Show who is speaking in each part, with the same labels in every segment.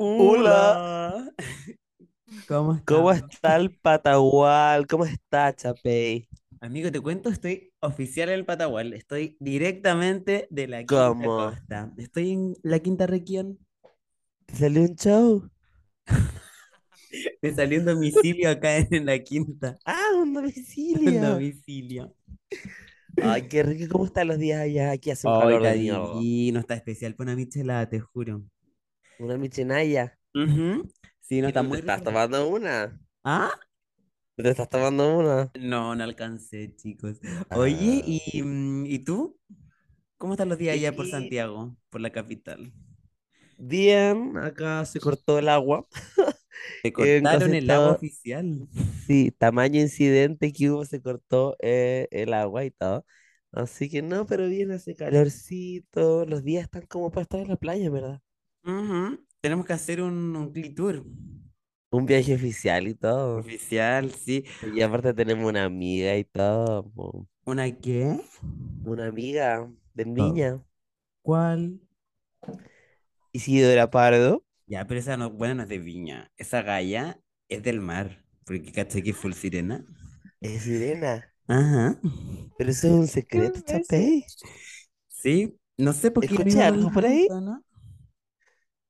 Speaker 1: Hola,
Speaker 2: ¿Cómo
Speaker 1: ¿cómo
Speaker 2: estamos?
Speaker 1: está el Patagual? ¿Cómo está, Chapey?
Speaker 2: Amigo, te cuento, estoy oficial en el Patagual. Estoy directamente de la Quinta
Speaker 1: ¿Cómo?
Speaker 2: Costa. Estoy en la Quinta Región.
Speaker 1: ¿Te salió un show?
Speaker 2: Me salió un domicilio acá en la Quinta.
Speaker 1: ¡Ah, un
Speaker 2: Un
Speaker 1: domicilio!
Speaker 2: domicilio.
Speaker 1: Ay, qué rico, ¿cómo están los días allá? Aquí hace un
Speaker 2: Hoy
Speaker 1: calor
Speaker 2: está
Speaker 1: de mierda.
Speaker 2: divino, está especial para una michelada, te juro.
Speaker 1: Una michenaya.
Speaker 2: Ujú. Sí, no
Speaker 1: ¿Y
Speaker 2: está
Speaker 1: no te
Speaker 2: muy
Speaker 1: estás
Speaker 2: rico.
Speaker 1: tomando una?
Speaker 2: ¿Ah?
Speaker 1: ¿No te estás tomando una?
Speaker 2: No, no alcancé, chicos. Oye,
Speaker 1: Ah.
Speaker 2: ¿y, mm, ¿y tú? ¿Cómo están los días allá por
Speaker 1: Y
Speaker 2: Santiago, por la capital?
Speaker 1: bien, acá se cortó el agua.
Speaker 2: Te
Speaker 1: En
Speaker 2: cortaron el agua
Speaker 1: Coseto,
Speaker 2: oficial.
Speaker 1: sí, tamaño incidente que hubo, se cortó eh, el agua y todo. Así que no, pero bien hace calorcito. Los días están como para estar en la playa, en ¿verdad?
Speaker 2: Ujú. Tenemos que hacer un, un click tour.
Speaker 1: Un viaje oficial y todo.
Speaker 2: Oficial, sí.
Speaker 1: Y aparte tenemos una amiga y todo. po.
Speaker 2: ¿Una qué?
Speaker 1: Una amiga de
Speaker 2: Oh.
Speaker 1: niña.
Speaker 2: ¿Cuál?
Speaker 1: Isidora Pardo.
Speaker 2: Ya, pero esa no, bueno, no es de Viña. Esa galla es del mar. Porque caché que es full sirena.
Speaker 1: Es sirena.
Speaker 2: Ajá.
Speaker 1: Pero eso es un secreto, Chapey.
Speaker 2: Sí, no sé por qué a mí
Speaker 1: Escuché
Speaker 2: me
Speaker 1: algo por ahí.
Speaker 2: preguntan, ¿no?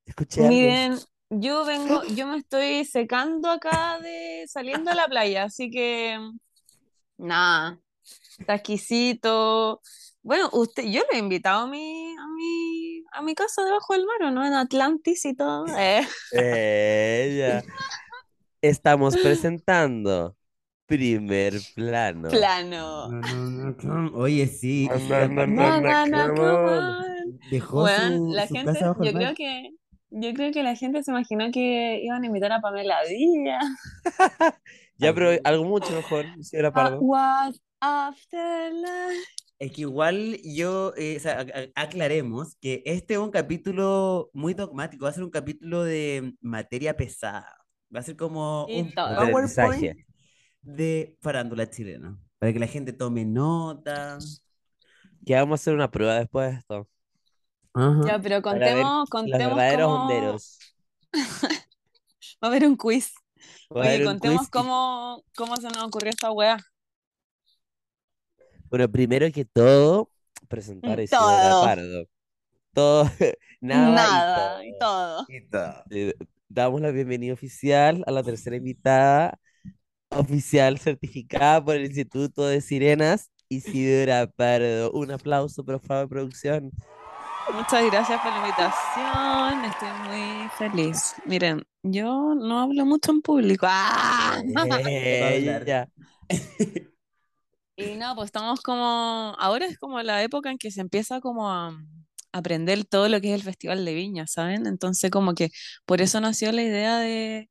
Speaker 1: Escuché algo.
Speaker 3: Miren, yo vengo, yo me estoy secando acá de saliendo a la playa, así que nada, está exquisito. Bueno, usted, yo lo he invitado a mi, a mi, a mi casa debajo del mar, ¿o no? En Atlantis y todo. eh.
Speaker 1: Ella. Estamos presentando primer plano.
Speaker 3: Plano.
Speaker 2: No, no, no, no. Oye, sí, y si
Speaker 1: Anda,
Speaker 2: la
Speaker 1: anda, anda,
Speaker 2: parte
Speaker 3: Na,
Speaker 1: anda,
Speaker 3: na, na,
Speaker 1: come
Speaker 3: come
Speaker 1: on.
Speaker 3: on.
Speaker 2: dejó
Speaker 3: Bueno,
Speaker 2: su,
Speaker 3: la
Speaker 2: su casa
Speaker 3: gente,
Speaker 2: bajo el
Speaker 3: yo creo
Speaker 2: mar.
Speaker 3: que, yo creo que la gente se imaginó que iban a invitar a Pamela Díaz.
Speaker 1: Ya, pero
Speaker 2: Amigo.
Speaker 1: algo mucho mejor, Isidora
Speaker 3: Ah,
Speaker 1: Pardo.
Speaker 3: what after life.
Speaker 2: Es que igual yo, eh, o sea, a- a- aclaremos que este es un capítulo muy dogmático, va a ser un capítulo de materia pesada, va a ser como
Speaker 3: Y
Speaker 2: un
Speaker 3: todo.
Speaker 2: PowerPoint
Speaker 1: Aprendizaje.
Speaker 2: de farándula chilena, para que la gente tome nota.
Speaker 1: Que vamos a hacer una prueba después de esto.
Speaker 2: Ajá.
Speaker 3: Ya, pero
Speaker 1: Para ver
Speaker 3: contemos,
Speaker 1: los
Speaker 3: contemos
Speaker 1: verdaderos
Speaker 3: cómo
Speaker 1: honderos.
Speaker 3: va a haber un quiz.
Speaker 1: Va a
Speaker 3: Oye,
Speaker 1: haber un
Speaker 3: contemos
Speaker 1: quiz. Y...
Speaker 3: cómo, cómo se nos ocurrió esta weá.
Speaker 1: Bueno, primero que todo, presentar a Isidora
Speaker 3: Todo,
Speaker 1: Pardo. Todo, nada y
Speaker 3: nada y
Speaker 1: todo.
Speaker 3: todo.
Speaker 2: Y todo.
Speaker 1: Le eh, damos la bienvenida oficial a la tercera invitada, oficial certificada por el Instituto de Sirenas, Isidora Pardo. Un aplauso, por favor, producción.
Speaker 3: Muchas gracias por la invitación. Estoy muy feliz. Miren, yo no hablo mucho en público. ¡Ah!
Speaker 2: Te va a hablar.
Speaker 1: Ella.
Speaker 3: Y no, pues estamos como, ahora es como la época en que se empieza como a aprender todo lo que es el Festival de Viña, ¿saben? Entonces como que por eso nació la idea de,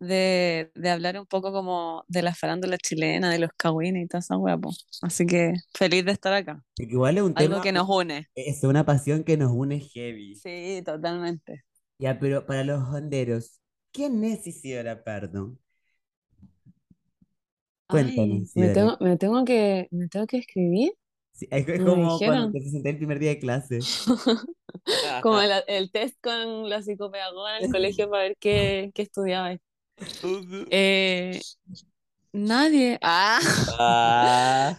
Speaker 3: de, de hablar un poco como de la farándula chilena, de los cahuines y toda esa hueá, po. Así que feliz de estar acá.
Speaker 2: Porque igual es un
Speaker 3: Algo
Speaker 2: tema, e-,
Speaker 3: que nos une.
Speaker 2: es una pasión que nos une heavy.
Speaker 3: Sí, totalmente.
Speaker 2: Ya, pero para los honderos, ¿quién es Isidora Pardo? Cuéntanos,
Speaker 3: Ay, me
Speaker 2: Isidora.
Speaker 3: tengo, me tengo que, me tengo que escribir.
Speaker 2: Sí, es es
Speaker 3: No me
Speaker 2: como cuando
Speaker 3: dijeron.
Speaker 2: te presenté el primer día de clase.
Speaker 3: Como el, el test con la psicopedagoga en el colegio para ver qué, qué estudiabas. Eh, nadie. Ah,
Speaker 1: Ah,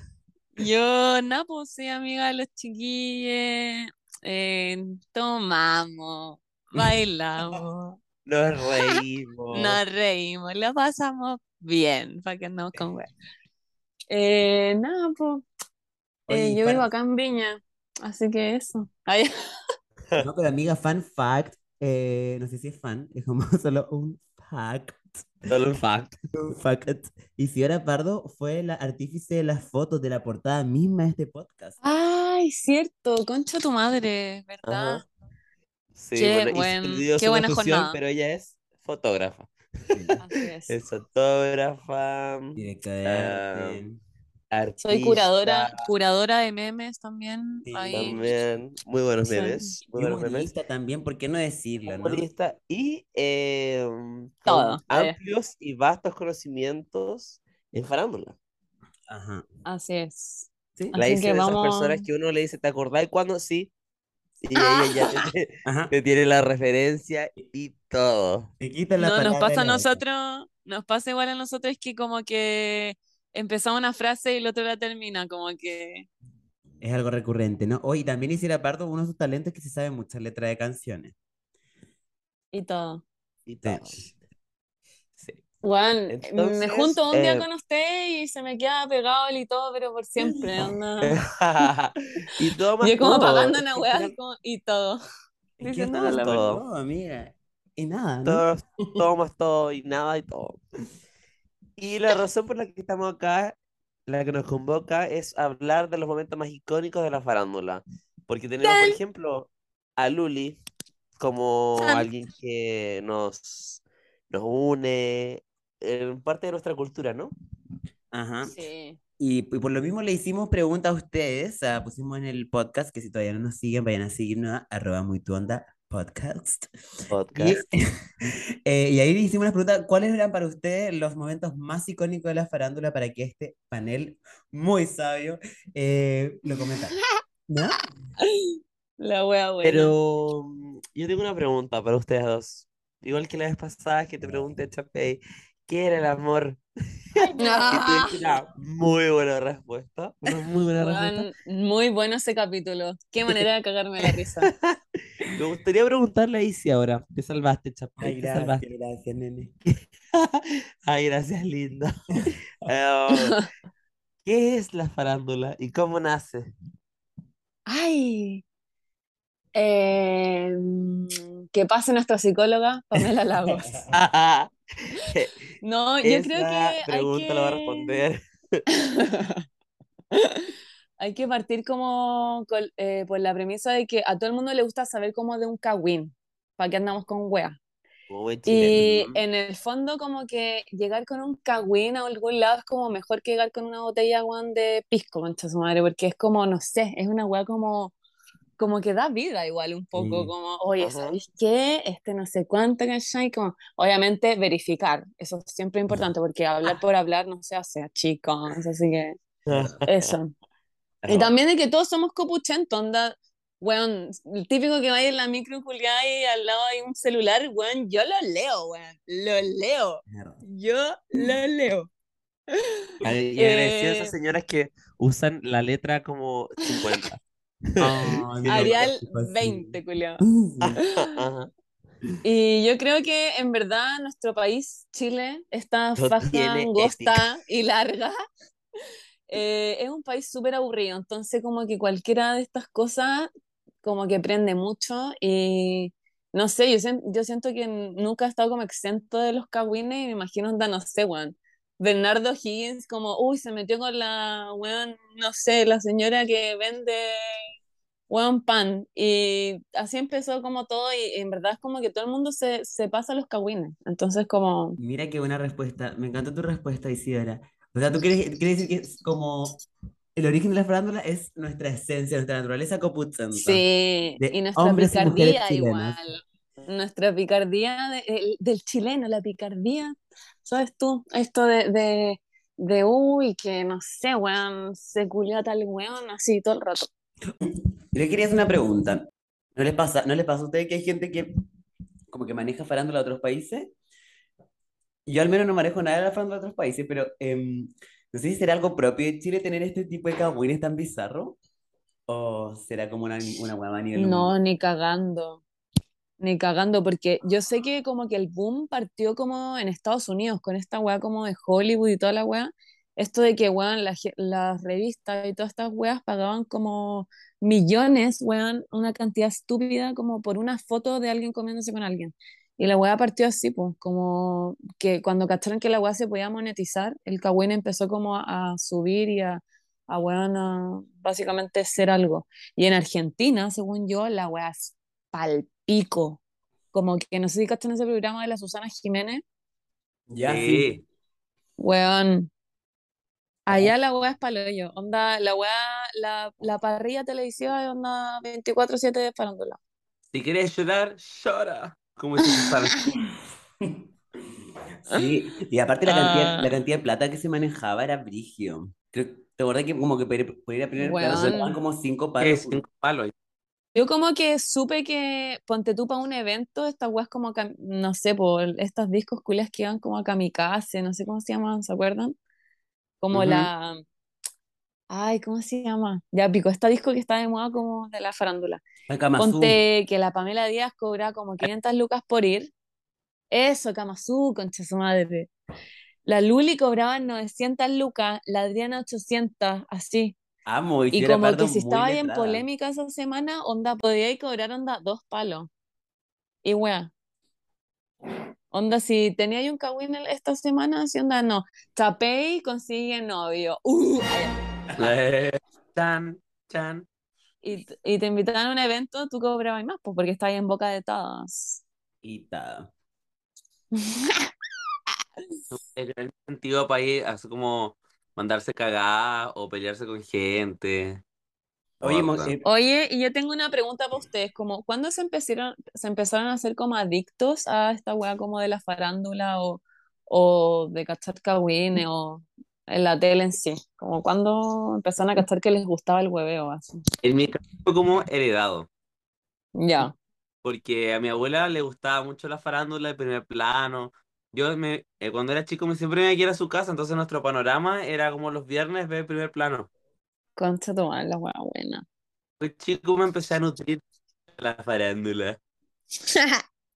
Speaker 3: yo, no, pues soy amiga de los chiquillos. eh, tomamos, bailamos,
Speaker 1: nos reímos.
Speaker 3: nos reímos, lo pasamos bien, para que no con wea. Eh, nada, pues
Speaker 2: Oye,
Speaker 3: eh,
Speaker 2: y
Speaker 3: yo vivo
Speaker 2: fan-
Speaker 3: acá en Viña, así que eso. Ay,
Speaker 2: no, pero amiga, fan fact, eh, no sé si es fan, es como solo un fact,
Speaker 1: Solo un fact.
Speaker 2: un fact. Isidora Pardo fue la artífice de las fotos de la portada misma de este podcast.
Speaker 3: Ay, cierto, concha tu madre, ¿verdad?
Speaker 1: Ajá. Sí,
Speaker 3: Qué
Speaker 1: bueno, y se perdió
Speaker 3: Ah. buen, qué
Speaker 1: su
Speaker 3: buena
Speaker 1: profesión,
Speaker 3: jornada.
Speaker 1: pero ella es fotógrafa.
Speaker 2: Sí.
Speaker 3: Así es.
Speaker 1: Es fotógrafa,
Speaker 2: Directora de
Speaker 1: ah,
Speaker 2: arte.
Speaker 3: Soy curadora,
Speaker 1: artista
Speaker 3: curadora de memes también.
Speaker 2: Sí.
Speaker 3: Ahí,
Speaker 1: también. Muy buenos
Speaker 3: sí.
Speaker 1: memes, muy
Speaker 2: Y
Speaker 1: buenos memes.
Speaker 2: humorista también, ¿por qué no decirlo, no?
Speaker 1: Humorista y eh, con
Speaker 3: Todo. eh.
Speaker 1: amplios y vastos conocimientos en farándula.
Speaker 2: Ajá.
Speaker 3: Así es.
Speaker 2: Sí,
Speaker 1: La
Speaker 3: Así
Speaker 1: dice
Speaker 3: que
Speaker 1: de esas personas
Speaker 3: vamos.
Speaker 1: que uno le dice, ¿te acordás cuándo? Sí. Sí,
Speaker 3: Ah.
Speaker 1: ella ya te- te,
Speaker 2: Ajá.
Speaker 1: te tiene la referencia y todo.
Speaker 2: Te quita la
Speaker 3: No, nos
Speaker 2: palabra de
Speaker 3: pasa a
Speaker 2: la boca.
Speaker 3: nosotros, nos pasa igual a nosotros que como que empezamos una frase y el otro la termina, como que
Speaker 2: Es algo recurrente, ¿no? Hoy también Isiel Pardo, uno de sus talentos es que se sabe muchas letras de canciones.
Speaker 3: y todo.
Speaker 1: Y
Speaker 2: Sí.
Speaker 1: todo. Sí.
Speaker 3: Juan, eh, me
Speaker 1: Entonces,
Speaker 3: junto un día
Speaker 1: eh,
Speaker 3: con usted y se me queda pegado el y todo, pero por siempre, onda.
Speaker 1: Y todo más
Speaker 3: Yo
Speaker 1: todo,
Speaker 3: como pagando
Speaker 1: es
Speaker 3: una
Speaker 1: que
Speaker 3: weá
Speaker 1: eran
Speaker 3: como- y todo.
Speaker 2: Es que
Speaker 3: Diciendo
Speaker 2: estamos
Speaker 3: la
Speaker 2: todo,
Speaker 1: verdad.
Speaker 2: amiga. Y nada, ¿no?
Speaker 1: todos- todo más todo y nada y todo. Y la razón por la que estamos acá, la que nos convoca, es hablar de los momentos más icónicos de la farándula. Porque tenemos, por
Speaker 3: Tan.
Speaker 1: ejemplo, a Luli como
Speaker 3: Tan.
Speaker 1: alguien que nos, nos une en parte de nuestra cultura, ¿no? Ah.
Speaker 2: Ajá.
Speaker 3: Sí.
Speaker 2: Y, y por lo mismo le hicimos preguntas a ustedes, ah, pusimos en el podcast, que si todavía no nos siguen, vayan a seguirnos a arroba muy tu onda podcast. Y,
Speaker 1: Podcast.
Speaker 2: eh, y ahí le hicimos la pregunta, ¿cuáles eran para ustedes los momentos más icónicos de la farándula para que este panel muy sabio eh, lo comentara? ¿No?
Speaker 3: La wea buena.
Speaker 1: Pero mm, yo tengo una pregunta para ustedes dos. Igual que la vez pasada que te pregunté, Chapey, ¿qué era el amor? Y
Speaker 3: Ah,
Speaker 1: tuviste una muy buena respuesta. Una muy buena respuesta.
Speaker 3: Juan, muy bueno ese capítulo. Qué manera de cagarme la risa.
Speaker 1: Me gustaría preguntarle a Isi ahora. Te salvaste,
Speaker 2: Ay,
Speaker 1: Chapey, te
Speaker 2: gracias,
Speaker 1: salvaste.
Speaker 2: gracias, nene.
Speaker 1: Ay, gracias, linda. Eh, ¿qué es la farándula y cómo nace?
Speaker 3: Ay, eh, que pase nuestra psicóloga Pamela Lagos. No, yo creo
Speaker 1: Esa
Speaker 3: que hay
Speaker 1: pregunta la va a
Speaker 3: que
Speaker 1: responder.
Speaker 3: hay que partir como col- eh, por la premisa de que a todo el mundo le gusta saber como de un cagüín, para qué andamos con wea.
Speaker 1: Como buen chileno.
Speaker 3: Y
Speaker 2: Ujú.
Speaker 3: en el fondo como que llegar con un cagüín a algún lado es como mejor que llegar con una botella weón, de pisco, concha su madre, porque es como, no sé, es una weá como, como que da vida igual un poco,
Speaker 2: Mm.
Speaker 3: como, oye,
Speaker 1: Ajá.
Speaker 3: ¿sabéis qué? Este no sé cuánto, ¿cachai? Como, obviamente verificar, eso es siempre importante, porque hablar por hablar no se hace, chicos, así que eso. Y también de que todos somos copuchentos, onda, weón, el típico que vaya en la micro culiá y al lado hay un celular, weón, yo lo leo, weón, lo leo, yo lo leo.
Speaker 1: A ver, Y agradecido a esas
Speaker 3: Eh,
Speaker 1: señoras que usan la letra como 50.
Speaker 2: Ay, me
Speaker 3: Arial
Speaker 2: encanta, sí.
Speaker 3: 20, culiao.
Speaker 2: Mm.
Speaker 1: Ajá.
Speaker 3: Y yo creo que en verdad nuestro país, Chile, esta
Speaker 1: No
Speaker 3: faja
Speaker 1: tiene ética.
Speaker 3: angosta y larga, eh, es un país súper aburrido, entonces como que cualquiera de estas cosas como que prende mucho y no sé, yo, sien- yo siento que nunca he estado como exento de los cagüines y me imagino onda, no sé, weón. Bernardo Higgins como, uy, se metió con la, weón, no sé, la señora que vende, weón, pan. Y así empezó como todo y en verdad es como que todo el mundo se, se pasa los cagüines. Entonces como,
Speaker 2: Mira qué buena respuesta. Me encanta tu respuesta, Isidora. O sea, tú quieres, quieres decir que es como el origen de la farándula es nuestra esencia, nuestra naturaleza copuchenta.
Speaker 3: Sí, y
Speaker 2: De
Speaker 3: nuestra
Speaker 2: hombres y mujeres
Speaker 3: picardía
Speaker 2: chilenas.
Speaker 3: igual. Nuestra picardía de- el- del chileno, la picardía. ¿Sabes tú? Esto de, de, de uy, que no sé, weón, se culió a tal weón así todo el rato.
Speaker 2: Yo quería hacer una pregunta. ¿No les pasa, no les pasa a ustedes que hay gente que como que maneja farándula de otros países? Yo al menos no manejo nada de la farándula de otros países, pero em, no sé si será algo propio de Chile tener este tipo de cagüines tan bizarro o será como una, una hueá a nivel mundial.
Speaker 3: No, ni cagando, ni cagando, porque yo sé que como que el boom partió como en Estados Unidos, con esta weá como de Hollywood y toda la weá. Esto de que, weón, la ge- las revistas y todas estas weas pagaban como millones, weón, una cantidad estúpida como por una foto de alguien comiéndose con alguien. Y la weá partió así, pues, como que cuando cacharon que la weá se podía monetizar, el cagüín empezó como a, a subir y a, a weón, a básicamente ser algo. Y en Argentina, según yo, la weá es palpico. Como que no sé si cachan ese programa de la Susana Jiménez.
Speaker 2: Ya,
Speaker 1: Sí.
Speaker 2: sí.
Speaker 3: Weón,
Speaker 2: Oh,
Speaker 3: allá la weá es paloyo. Onda, la weá, la, la parrilla televisiva es onda 24-7 de farándula.
Speaker 1: Si quieres llorar, llora. Como dice Susana.
Speaker 2: Sí, y aparte la cantidad, la
Speaker 3: Ah,
Speaker 2: cantidad de plata que se manejaba era brigio. Creo, ¿te acuerdas que como que por ir por ir a primer plano te
Speaker 1: Eso
Speaker 3: weón.
Speaker 2: daban como cinco
Speaker 1: que
Speaker 2: palos?
Speaker 1: es cinco palos.
Speaker 3: Yo como que supe que ponte tú para un evento, estas weas como, cam- no sé, por estos discos culias que iban como a kamikaze, no sé cómo se llaman, ¿se acuerdan? Como
Speaker 2: Ujú.
Speaker 3: la... Ay, ¿cómo se llama? Ya pico, este disco que está de moda como de la farándula.
Speaker 2: La Kamazú.
Speaker 3: Ponte que la Pamela Díaz cobra como 500 lucas por ir. Eso, Kamazú, concha su madre. La Luli cobraba 900 lucas, la Adriana 800, así.
Speaker 2: Amo, y
Speaker 3: Y
Speaker 2: Fiora
Speaker 3: como que
Speaker 2: Pardo
Speaker 3: si
Speaker 2: muy
Speaker 3: estaba bien
Speaker 2: letrada.
Speaker 3: polémica esa semana, onda, podía ir cobrar onda dos palos. Y wea, onda, si tenía yo un kawin el- esta semana, así onda, no. Chapey consigue novio. Uh, ay.
Speaker 2: Eh, Chan, chan.
Speaker 3: y, t- y te invitaban a un evento, tú cobrabas más, pues porque estabas en boca de todas.
Speaker 2: Y ta. El gran sentido para ir así como mandarse cagar o pelearse con gente.
Speaker 4: Oye,
Speaker 2: Oye, mo-
Speaker 4: Marta.
Speaker 2: eh,
Speaker 3: Oye, y yo tengo una pregunta para ustedes, como, ¿cuándo se empezaron, se empezaron a hacer como adictos a esta weá como de la farándula o, o de cachar cagüines o en la tele en sí? Como, ¿cuándo empezaron a cachar que les gustaba el hueveo así?
Speaker 2: en mi caso fue como heredado.
Speaker 3: Ya.
Speaker 2: porque a mi abuela le gustaba mucho la farándula, el primer plano. Yo me, eh, cuando era chico me siempre me iba a su casa, entonces nuestro panorama era como los viernes ver primer plano.
Speaker 3: Concha tu madre, la weá buena.
Speaker 2: Fui chico me empecé a nutrir de la farándula.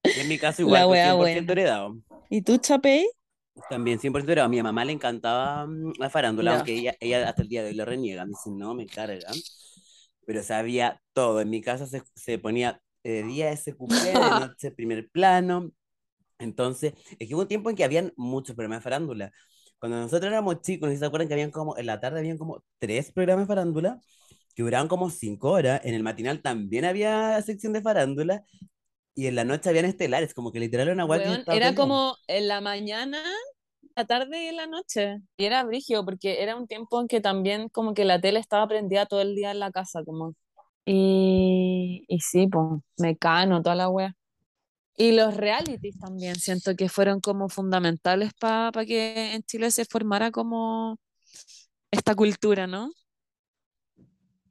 Speaker 2: Y en mi caso igual,
Speaker 3: La
Speaker 2: pues
Speaker 3: weá
Speaker 2: 100%
Speaker 3: buena.
Speaker 2: heredado.
Speaker 3: ¿Y tú, Chapey?
Speaker 2: También 100% heredado. A mi mamá le encantaba mm, la farándula,
Speaker 3: Ya.
Speaker 2: aunque ella, ella hasta el día de hoy lo reniega. Me dice, no, me carga. Pero sabía todo. En mi casa se, se ponía eh, día ese cupé, de noche primer plano. Entonces, es que hubo un tiempo en que habían muchos programas de farándula. Cuando nosotros éramos chicos, no sé si se acuerdan que habían como, en la tarde habían como tres programas de farándula que duraban como cinco horas. En el matinal también había sección de farándula y en la noche habían estelares, como que literal era una guay que se
Speaker 3: Weón,
Speaker 2: estaba todo
Speaker 3: era
Speaker 2: el día.
Speaker 3: como en la mañana, la tarde y en la noche. Y era brígido, porque era un tiempo en que también como que la tele estaba prendida todo el día en la casa, como. Y, y sí, pues, Mecano, toda la wea. Y los realities también, siento que fueron como fundamentales para que en Chile se formara como esta cultura, ¿no?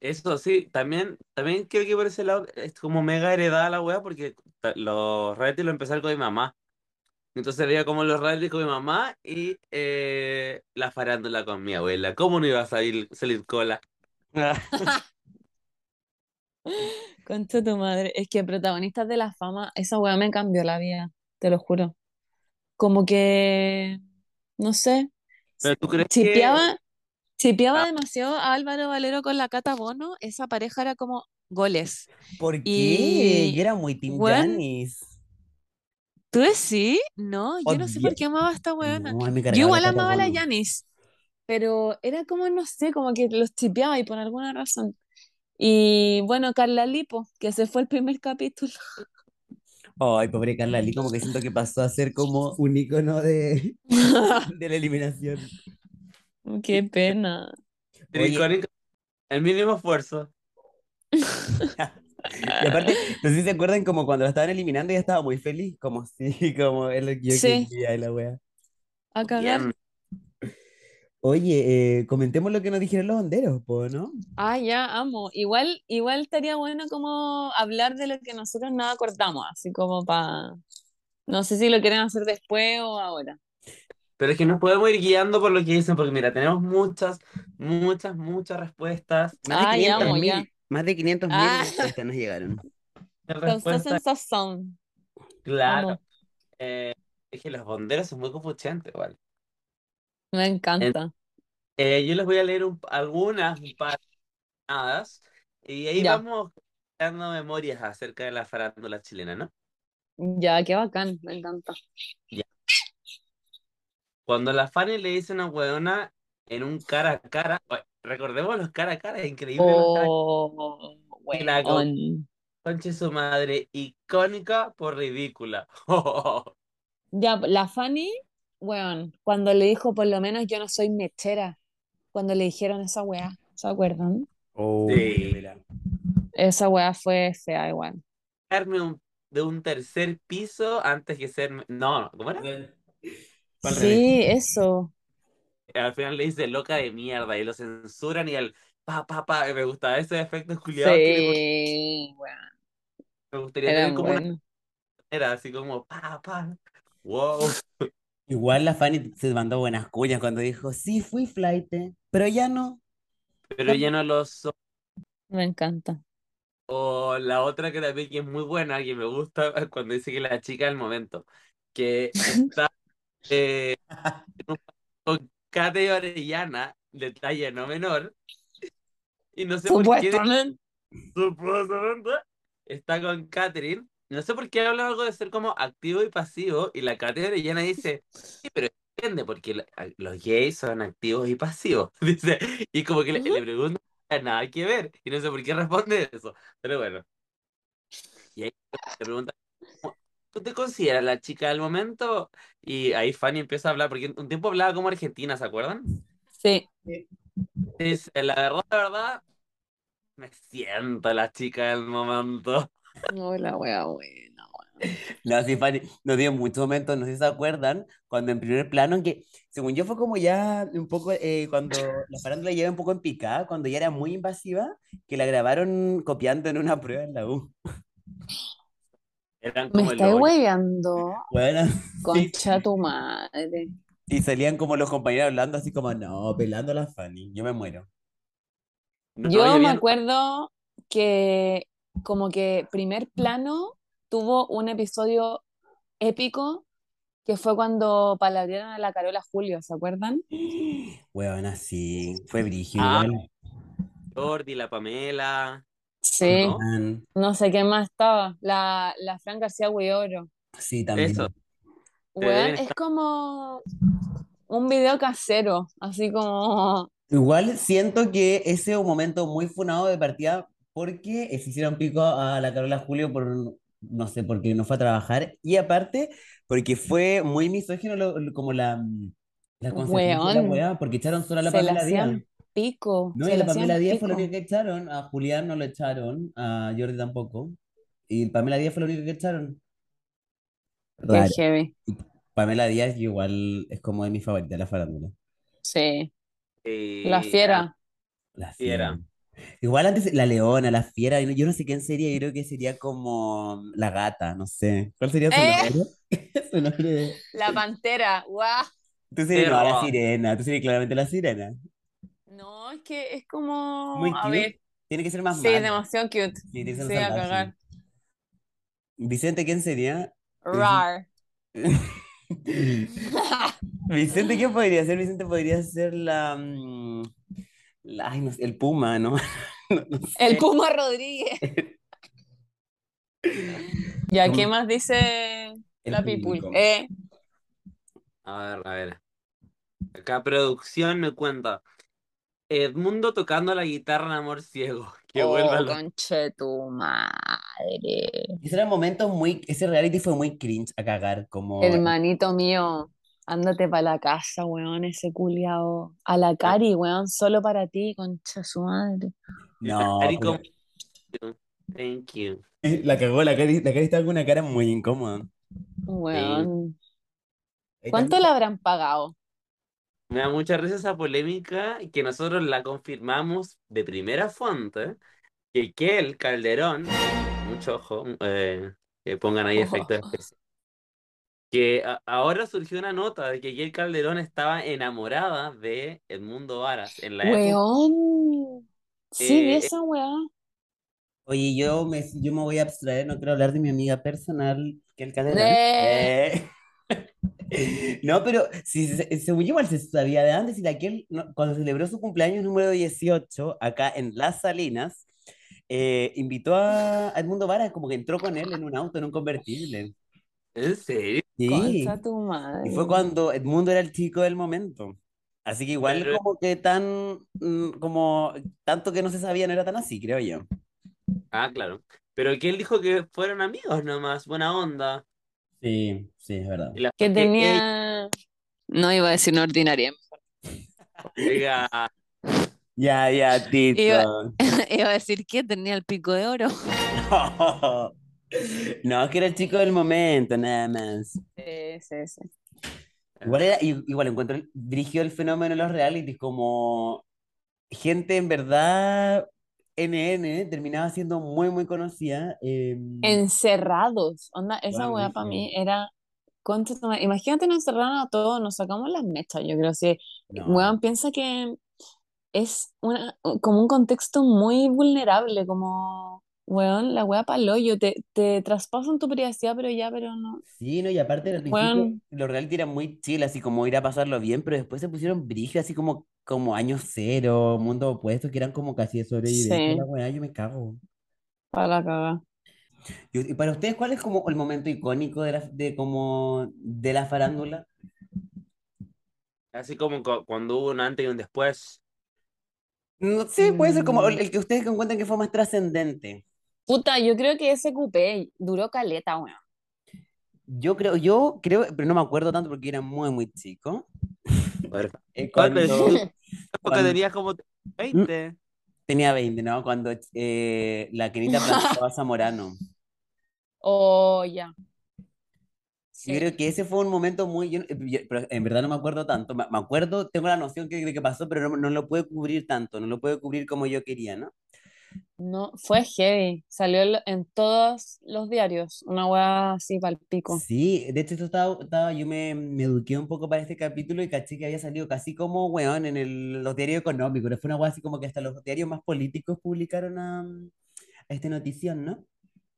Speaker 2: Eso sí, también, también creo que por ese lado es como mega heredada la wea porque ta- los reality lo empecé a ver con mi mamá. Entonces veía como los reality con mi mamá y eh, la farándula con mi abuela. ¿Cómo no iba a salir, salir cola?
Speaker 3: Concha tu madre, es que protagonistas de la fama, esa weá me cambió la vida, te lo juro. Como que, no sé,
Speaker 2: ¿Pero tú crees que
Speaker 3: chipeaba, chipeaba
Speaker 2: Ah,
Speaker 3: demasiado a Álvaro Valero con la Cata Bono, esa pareja era como goles.
Speaker 2: ¿Por qué? Yo
Speaker 3: Y,
Speaker 2: era muy Team
Speaker 3: weón,
Speaker 2: Janis.
Speaker 3: ¿tú decís? No, yo no sé
Speaker 2: Odia-
Speaker 3: por qué amaba a esta weona.
Speaker 2: No, a mí me
Speaker 3: Yo
Speaker 2: cargaba la
Speaker 3: igual
Speaker 2: Cata
Speaker 3: amaba a la
Speaker 2: Bono.
Speaker 3: Yanis, pero era como, no sé, como que los chipeaba y por alguna razón. Y bueno, Carla Lipo, que se fue el primer capítulo.
Speaker 2: Ay, pobre Carla Lee, como que siento que pasó a ser como un icono de, de la eliminación.
Speaker 3: Qué pena.
Speaker 2: Oye,
Speaker 4: Icónico,
Speaker 2: el mínimo esfuerzo. Y aparte, no sé si se acuerdan como cuando la estaban eliminando ella estaba muy feliz, como sí, como es lo que yo
Speaker 3: Sí,
Speaker 2: quería y la wea.
Speaker 3: a cagar.
Speaker 2: Bien. Oye, eh, comentemos lo que nos dijeron los honderos, po, ¿no?
Speaker 3: Ah, ya, amo. Igual, igual estaría bueno como hablar de lo que nosotros no acordamos, así como para... No sé si lo quieren hacer después o ahora.
Speaker 2: Pero es que nos podemos ir guiando por lo que dicen, porque mira, tenemos muchas, muchas, muchas respuestas. Más de
Speaker 3: Ah, ya, amo,
Speaker 2: 500
Speaker 3: ya.
Speaker 2: mil, más de 500 mil
Speaker 3: Ah,
Speaker 2: respuestas nos llegaron. La
Speaker 3: causó
Speaker 2: respuesta,
Speaker 3: sensación.
Speaker 2: claro.
Speaker 3: Amo,
Speaker 2: Eh, es que los honderos son muy confuciantes, ¿vale?
Speaker 3: me encanta.
Speaker 2: Eh, yo les voy a leer un- algunas paradas y ahí
Speaker 3: Ya,
Speaker 2: vamos dando memorias acerca de la farándula chilena, ¿no?
Speaker 3: ya, qué bacán, me encanta.
Speaker 2: Ya. Cuando la Fanny le dice una hueona en un cara a cara, oye, recordemos los cara a cara, es increíble los cara a cara.
Speaker 3: Oh,
Speaker 2: Y la con-
Speaker 3: weón.
Speaker 2: concha de su madre, icónica por ridícula.
Speaker 3: Ya, la Fanny, weón, cuando le dijo por lo menos yo no soy mechera, cuando le dijeron esa weá, ¿se acuerdan?
Speaker 4: Oh,
Speaker 2: Sí.
Speaker 4: mira.
Speaker 3: Esa weá fue fea igual.
Speaker 2: Darme un- de un tercer piso antes que ser... No, no, ¿cómo era? Fue al revés.
Speaker 3: Sí, eso.
Speaker 2: Al final le dice loca de mierda y lo censuran y el pa pa pa. Me gustaba ese efecto culiado que le ponían.
Speaker 3: Sí, weón.
Speaker 1: Me gustaría
Speaker 3: Era
Speaker 1: tener como una
Speaker 3: bueno.
Speaker 1: era así como pa, pa. Wow.
Speaker 2: Igual la Fanny se mandó buenas cuñas cuando dijo, sí, fui flight, pero ya no.
Speaker 1: Pero ya no lo soy.
Speaker 3: Me encanta.
Speaker 1: O la otra que también que es muy buena, que me gusta cuando dice que la chica del momento, que está eh, en un- con Kate y Orellana, detalle no menor, y no sé por qué,
Speaker 3: Supuestamente.
Speaker 1: supuestamente, está con Catherine, no sé por qué habla algo de ser como activo y pasivo, y la Kate Orellana dice, sí, pero entiende, porque lo- a- los gays son activos y pasivos, dice, y como que le,
Speaker 3: Ujú.
Speaker 1: le pregunta, nada que ver, y no sé por qué responde eso, pero bueno. Y ahí te pregunta, ¿cómo- ¿tú te consideras la chica del momento? Y ahí Fanny empieza a hablar, porque un tiempo hablaba como argentina, ¿se acuerdan?
Speaker 3: Sí.
Speaker 1: Dice, la verdad, la verdad, me siento la chica del momento.
Speaker 3: Hola, wea, buena, weón.
Speaker 2: No, sí, Fanny, nos dio muchos momentos, no sé si se acuerdan, cuando en primer plano, que según yo fue como ya un poco, eh, cuando la farándula lleva un poco en picada, cuando ya era muy invasiva, que la grabaron copiando en una prueba en la U.
Speaker 1: Eran
Speaker 3: Me
Speaker 1: como
Speaker 3: estáis
Speaker 1: los...
Speaker 3: hueveando.
Speaker 2: Bueno, sí,
Speaker 3: Concha tu madre.
Speaker 2: y salían como los compañeros hablando así como, no, pelando a la Fanny, yo me muero.
Speaker 1: No, y
Speaker 3: Yo me
Speaker 1: habían-
Speaker 3: acuerdo que como que primer plano tuvo un episodio épico que fue cuando palabrieron a la Carola Julio, ¿se acuerdan?
Speaker 2: Bueno, así, fue brígido
Speaker 1: Ah,
Speaker 2: igual.
Speaker 1: Jordi, la Pamela, ¿o
Speaker 3: Sí,
Speaker 1: no?
Speaker 2: Man,
Speaker 3: no sé qué más estaba, la, la Fran García Huidoro.
Speaker 2: Sí,
Speaker 1: Eso,
Speaker 2: también.
Speaker 1: te deben
Speaker 3: Weón, es
Speaker 1: estar...
Speaker 3: como un video casero, así como...
Speaker 2: Igual siento que ese es un momento muy funado de partida porque eh, se hicieron pico a la Carola Julio por, un- no sé, porque no fue a trabajar y aparte porque fue muy misógino lo- lo- como la, mm, la consecuencia de la
Speaker 3: Weón,
Speaker 2: weá, porque echaron solo a la
Speaker 3: se la
Speaker 2: Pamela Díaz.
Speaker 3: hacían pico,
Speaker 2: No, y
Speaker 3: se
Speaker 2: a
Speaker 3: la
Speaker 2: la
Speaker 3: hacían
Speaker 2: Pamela Díaz fue la
Speaker 3: pico.
Speaker 2: única que echaron, a Julián no lo echaron, a Jordi tampoco, y Pamela Díaz fue la única que echaron.
Speaker 3: Qué
Speaker 2: Raro.
Speaker 3: heavy.
Speaker 2: Pamela Díaz igual es como de mis favoritas de la farándula.
Speaker 3: Sí,
Speaker 2: Eh,
Speaker 3: la
Speaker 1: Sí, ah,
Speaker 3: fiera.
Speaker 2: La
Speaker 1: sí
Speaker 2: fiera.
Speaker 1: era.
Speaker 2: Igual antes la leona, la fiera, y no- yo no sé quién sería, yo creo que sería como la gata, no sé. ¿Cuál sería su
Speaker 3: ¡Eh!
Speaker 2: nombre? Su nombre.
Speaker 3: La pantera, guau.
Speaker 2: Tú serías, no, la
Speaker 1: Perro.
Speaker 2: sirena, tú serías claramente la sirena.
Speaker 3: No, es que es como,
Speaker 2: Muy
Speaker 3: a
Speaker 2: cute,
Speaker 3: ver,
Speaker 2: tiene que ser más
Speaker 3: sí,
Speaker 2: mala.
Speaker 3: demasiado cute.
Speaker 2: Sí, tiene que ser
Speaker 3: Sí, a
Speaker 2: salvaje.
Speaker 3: cagar.
Speaker 2: Vicente, ¿quién sería?
Speaker 3: Rar.
Speaker 2: Vicente, ¿quién podría ser? Vicente podría ser la, mm, la- ay, no sé, el puma, ¿no? No, no
Speaker 3: El
Speaker 2: sé.
Speaker 3: Puma Rodríguez. Ya, ¿qué
Speaker 2: Como
Speaker 3: más dice
Speaker 2: El
Speaker 3: la People?
Speaker 2: público.
Speaker 3: Eh,
Speaker 1: ah, A ver, a ver. Acá producción me cuenta. Edmundo tocando la guitarra en Amor Ciego. Que vuelva
Speaker 3: oh,
Speaker 1: los...
Speaker 3: conche tu madre.
Speaker 2: Ese era un momento muy, ese reality fue muy cringe a cagar, como
Speaker 3: Hermanito mío, ándate para la casa, weón, ese culiao. A
Speaker 2: Ah.
Speaker 3: la Cari, weón, solo para ti, concha su madre.
Speaker 1: Y la
Speaker 2: No,
Speaker 1: Ari como,
Speaker 2: pero
Speaker 1: thank you.
Speaker 2: Eh, la cagó, la Cari, la Cari estaba con una cara muy incómoda.
Speaker 1: Sí.
Speaker 3: Weón.
Speaker 2: Ahí
Speaker 3: ¿Cuánto
Speaker 2: también.
Speaker 3: le habrán pagado?
Speaker 1: Me da mucha risa esa polémica y que nosotros la confirmamos de primera fuente, que que el Calderón, mucho ojo, eh, que pongan ahí efectos especiales, que a- ahora surgió una nota de que el Calderón estaba enamorada de Edmundo Varas en la época.
Speaker 3: Weón. Sí, vi
Speaker 1: Eh,
Speaker 3: esa weá.
Speaker 2: Oye, yo me, yo me voy a abstraer, no quiero hablar de mi amiga personal, que el Calderón.
Speaker 3: Eh,
Speaker 2: Eh. No, pero si, se- según yo igual se sabía de antes, y la Kel, no, cuando celebró su cumpleaños número 18, acá en Las Salinas, eh, invitó a Edmundo Vara, como que entró con él en un auto, en un convertible.
Speaker 1: ¿en serio?
Speaker 3: concha
Speaker 2: Sí. Y fue
Speaker 3: tu madre.
Speaker 2: cuando Edmundo era el chico del momento. Así que igual
Speaker 1: Pero
Speaker 2: como que tan, mm, como tanto que no se sabía, no era tan así, creo yo.
Speaker 1: Ah, claro. Pero que él dijo que fueron amigos nomás, buena onda.
Speaker 2: Sí, sí, es verdad.
Speaker 1: Y la
Speaker 3: Que
Speaker 1: que ella,
Speaker 2: eh,
Speaker 3: tenía. No iba a decir no ordinaria.
Speaker 1: oiga,
Speaker 2: Ya, ya,
Speaker 3: Iba,
Speaker 2: Tito.
Speaker 3: iba a decir que tenía el pico de oro.
Speaker 2: No, es que era el chico del momento, nada más.
Speaker 3: Sí, sí, sí.
Speaker 2: Igual, era, i- igual encuentro, el- dirigió el fenómeno de los realities como gente en verdad NN terminaba siendo muy, muy conocida. eh,
Speaker 3: Encerrados. Onda, esa
Speaker 2: Claro,
Speaker 3: weá
Speaker 2: sí.
Speaker 3: para mí era. concha tu madre. Imagínate, nos encerraron a todos, nos sacamos las mechas. Yo creo que,
Speaker 2: no,
Speaker 3: weón, piensa que es una, como un contexto muy vulnerable, como, weón, la weá pa'l hoyo, te, te traspasan tu privacidad, pero ya, pero no.
Speaker 2: Sí, no, y aparte al principio
Speaker 3: Weón.
Speaker 2: los reality eran muy chill, así como ir a pasarlo bien, pero después se pusieron brígidos, así como, como año cero, mundo opuesto, que eran como casi de sobrevivencia.
Speaker 3: Sí.
Speaker 2: La weá, yo me cago.
Speaker 3: Para la cagada.
Speaker 2: Y, y para ustedes, ¿cuál es como el momento icónico de la, de como, de la farándula?
Speaker 4: Así como co- cuando hubo un antes y un después.
Speaker 2: No sé, puede ser como
Speaker 3: Mm.
Speaker 2: el, el que ustedes encuentran que fue más trascendente.
Speaker 3: Puta, yo creo que ese cupé duró caleta, weón.
Speaker 2: Yo creo, yo creo, pero no me acuerdo tanto porque era muy, muy chico.
Speaker 4: Bueno,
Speaker 2: Eh,
Speaker 4: ¿Cuál es?
Speaker 2: cuando
Speaker 4: Porque
Speaker 2: Cuando-
Speaker 4: tenías
Speaker 3: Mm.
Speaker 4: como 20.
Speaker 2: tenía 20, ¿no? Cuando eh, la Kenita plantó a Zamorano.
Speaker 3: Oh, ya.
Speaker 2: Yo
Speaker 3: Sí.
Speaker 2: creo que ese fue un momento muy. yo no- eh, yo- pero en verdad no me acuerdo tanto. Me me acuerdo, tengo la noción que, de que pasó, pero no, no lo pude cubrir tanto. No lo pude cubrir como yo quería, ¿no?
Speaker 3: No, fue heavy. Salió en lo- en todos los diarios. Una weá así palpico.
Speaker 2: Sí, de hecho, esto estaba, estaba- yo me, me eduqué un poco para este capítulo y caché que había salido casi como weón en el- los diarios económicos. ¿no? Fue una weá así como que hasta los diarios más políticos publicaron a, a esta notición, ¿no?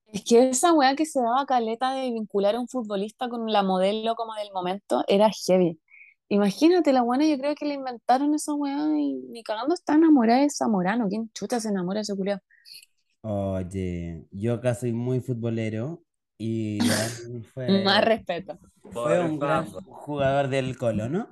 Speaker 3: Es que esa weá que se daba caleta de vincular a un futbolista con la modelo como del momento era heavy. Imagínate, la buena, yo creo que le inventaron esa weá y ni cagando está enamorada de Zamorano. ¿Quién chuta se enamora de ese culiao?
Speaker 2: Oye, yo acá soy muy futbolero y Darwin fue,
Speaker 3: Más respeto.
Speaker 2: fue
Speaker 4: Por
Speaker 2: un gran
Speaker 4: favor.
Speaker 2: jugador del Colo, ¿no?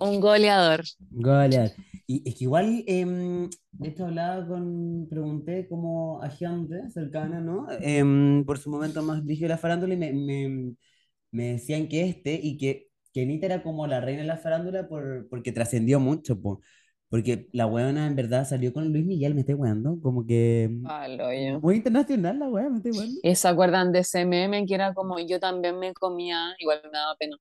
Speaker 3: Un goleador.
Speaker 2: Goleador. Y es que igual, em, de hecho hablaba con, pregunté como a gente cercana, ¿no? Em, por su momento más brígido de la farándula y me, me, me decían que este y que Kenita era como la reina de la farándula por, porque trascendió mucho, po. Porque la weona en verdad salió con Luis Miguel, me estoy weando, como que
Speaker 3: Al hoyo.
Speaker 2: Ah. muy internacional la weona, me estoy weando.
Speaker 3: ¿Y se acuerdan de ese meme que era como yo también me comía? Igual me daba pena.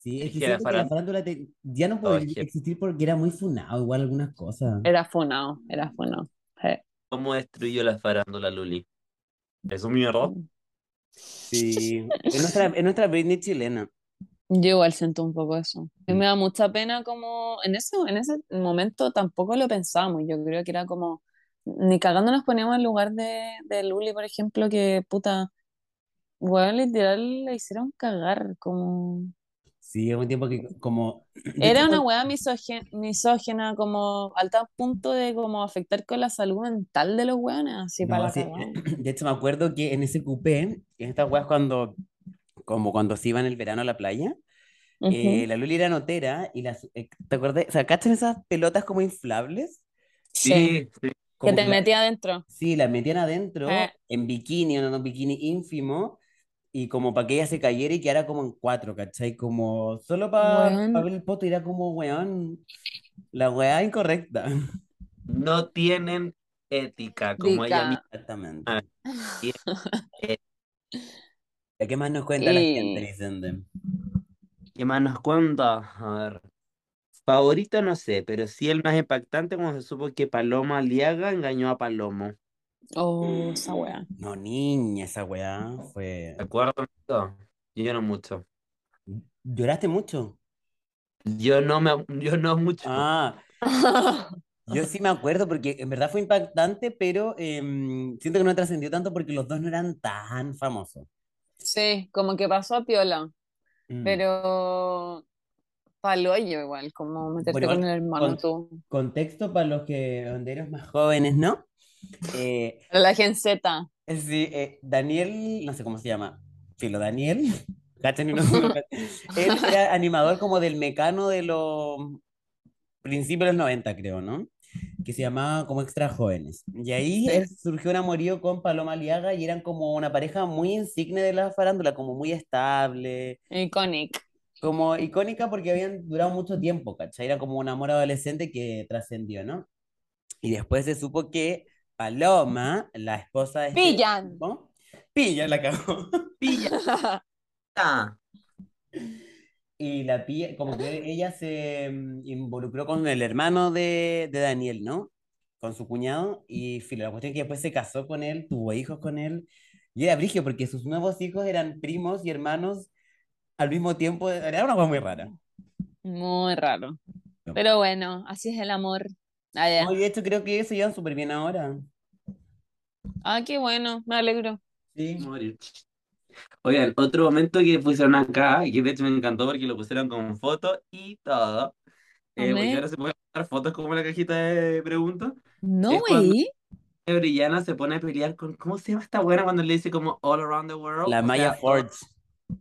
Speaker 2: Sí, es
Speaker 4: Es
Speaker 2: que
Speaker 4: que la
Speaker 2: siento que la
Speaker 4: farándula-
Speaker 2: farándula te- ya no
Speaker 4: Todo es
Speaker 2: podía
Speaker 4: que-
Speaker 2: existir porque era muy funado, igual algunas cosas.
Speaker 3: Era funado, era funado. Sí.
Speaker 4: ¿Cómo destruyó la farándula Luli? Es un mierda.
Speaker 2: Sí, es nuestra, es nuestra Britney chilena.
Speaker 3: Yo igual siento un poco eso. A mí
Speaker 2: Mm.
Speaker 3: me da mucha pena como en ese, en ese momento tampoco lo pensamos. Yo creo que era como, ni cagando nos poníamos en lugar de, de Luli, por ejemplo, que puta, weón, literal la hicieron cagar. Como...
Speaker 2: Sí, es un tiempo que como... de
Speaker 3: Era
Speaker 2: hecho,
Speaker 3: una
Speaker 2: cuando-
Speaker 3: weá misogen- misógina, como al tal punto de como afectar con la salud mental de los weones, así para
Speaker 2: no,
Speaker 3: la
Speaker 2: sí,
Speaker 3: cagada.
Speaker 2: de hecho me acuerdo que en ese cupé, en estas weas cuando, como cuando se iba en el verano a la playa, eh,
Speaker 3: Ujú.
Speaker 2: la Luli era notera y las... eh, ¿te acuerdas? O sea, ¿cachan esas pelotas como inflables?
Speaker 3: Sí,
Speaker 4: Sí, sí.
Speaker 3: que
Speaker 2: Como
Speaker 3: te
Speaker 2: que la-
Speaker 3: metía adentro.
Speaker 2: Sí, la metían adentro
Speaker 3: Eh.
Speaker 2: en bikini, en un bikini ínfimo, y como para que ella se cayera y quedara como en cuatro, ¿cachai? Como solo para
Speaker 3: Weón.
Speaker 2: ver el poto y era como, weón, la weá incorrecta.
Speaker 4: No tienen ética, como ella
Speaker 3: Dica.
Speaker 4: misma.
Speaker 2: Exactamente.
Speaker 4: Ah, y- eh,
Speaker 2: ¿Y ¿Qué más nos cuenta la gente,
Speaker 3: Y
Speaker 2: Vicente?
Speaker 4: ¿Qué más nos cuenta? A ver. Favorito no sé, pero sí el más impactante cuando se supo que Paloma Aliaga engañó a Palomo.
Speaker 3: Oh, esa weá.
Speaker 2: No, niña, esa weá fue...
Speaker 4: ¿De acuerdo? amigo? Yo no mucho.
Speaker 2: ¿Lloraste mucho?
Speaker 4: Yo no me, yo no mucho.
Speaker 2: Ah, yo sí me acuerdo porque en verdad fue impactante, pero em, siento que no trascendió tanto porque los dos no eran tan famosos.
Speaker 3: Sí, como que pasó a piola,
Speaker 2: Mm.
Speaker 3: pero palo yo igual, como meterte
Speaker 2: Bueno,
Speaker 3: con
Speaker 2: igual,
Speaker 3: el hermano
Speaker 2: con-
Speaker 3: tú.
Speaker 2: contexto para los que honderos más jóvenes, ¿no? Eh,
Speaker 3: Pero la Gen Z.
Speaker 2: eh, sí, eh, Daniel, no sé cómo se llama, filo Daniel, cachen y no se lo cachen. Él era animador como del Mecano de los principios de los 90, creo, ¿no? Que se llamaba como Extra Jóvenes. Y ahí
Speaker 3: Sí.
Speaker 2: él surgió un amorío con Paloma Aliaga y eran como una pareja muy insigne de la farándula, como muy estable,
Speaker 3: Iconic.
Speaker 2: como icónica porque habían durado mucho tiempo, ¿cachai? Era como un amor adolescente que trascendió, ¿no? Y después se supo que Paloma, la esposa de este
Speaker 3: Pillan.
Speaker 2: tipo, pilla, la cagó.
Speaker 4: Pilla. Ah.
Speaker 2: Y la pilla, como que ella se mm, involucró con el hermano de, de Daniel, ¿no? con su cuñado y filo, la cuestión es que después se casó con él, tuvo hijos con él y era brigio porque sus nuevos hijos eran primos y hermanos al mismo tiempo, era una cosa muy rara.
Speaker 3: Muy raro. Pero bueno, así es el amor. Ah, ya.
Speaker 2: No, y de hecho creo que se llevan súper bien ahora.
Speaker 3: Ah, qué bueno, me alegro.
Speaker 2: Sí.
Speaker 1: Morir. Oigan, otro momento que pusieron acá, y que de hecho me encantó porque lo pusieron con fotos y todo. Eh,
Speaker 3: A
Speaker 1: porque
Speaker 3: ver.
Speaker 1: ahora se pueden dar fotos como en la cajita de preguntas.
Speaker 3: No,
Speaker 1: Es cuando-
Speaker 3: güey.
Speaker 1: Brillana se pone a pelear con, ¿cómo se llama esta buena cuando le dice como All Around the World?
Speaker 2: La
Speaker 1: O
Speaker 2: Maya
Speaker 1: sea,
Speaker 2: Forge.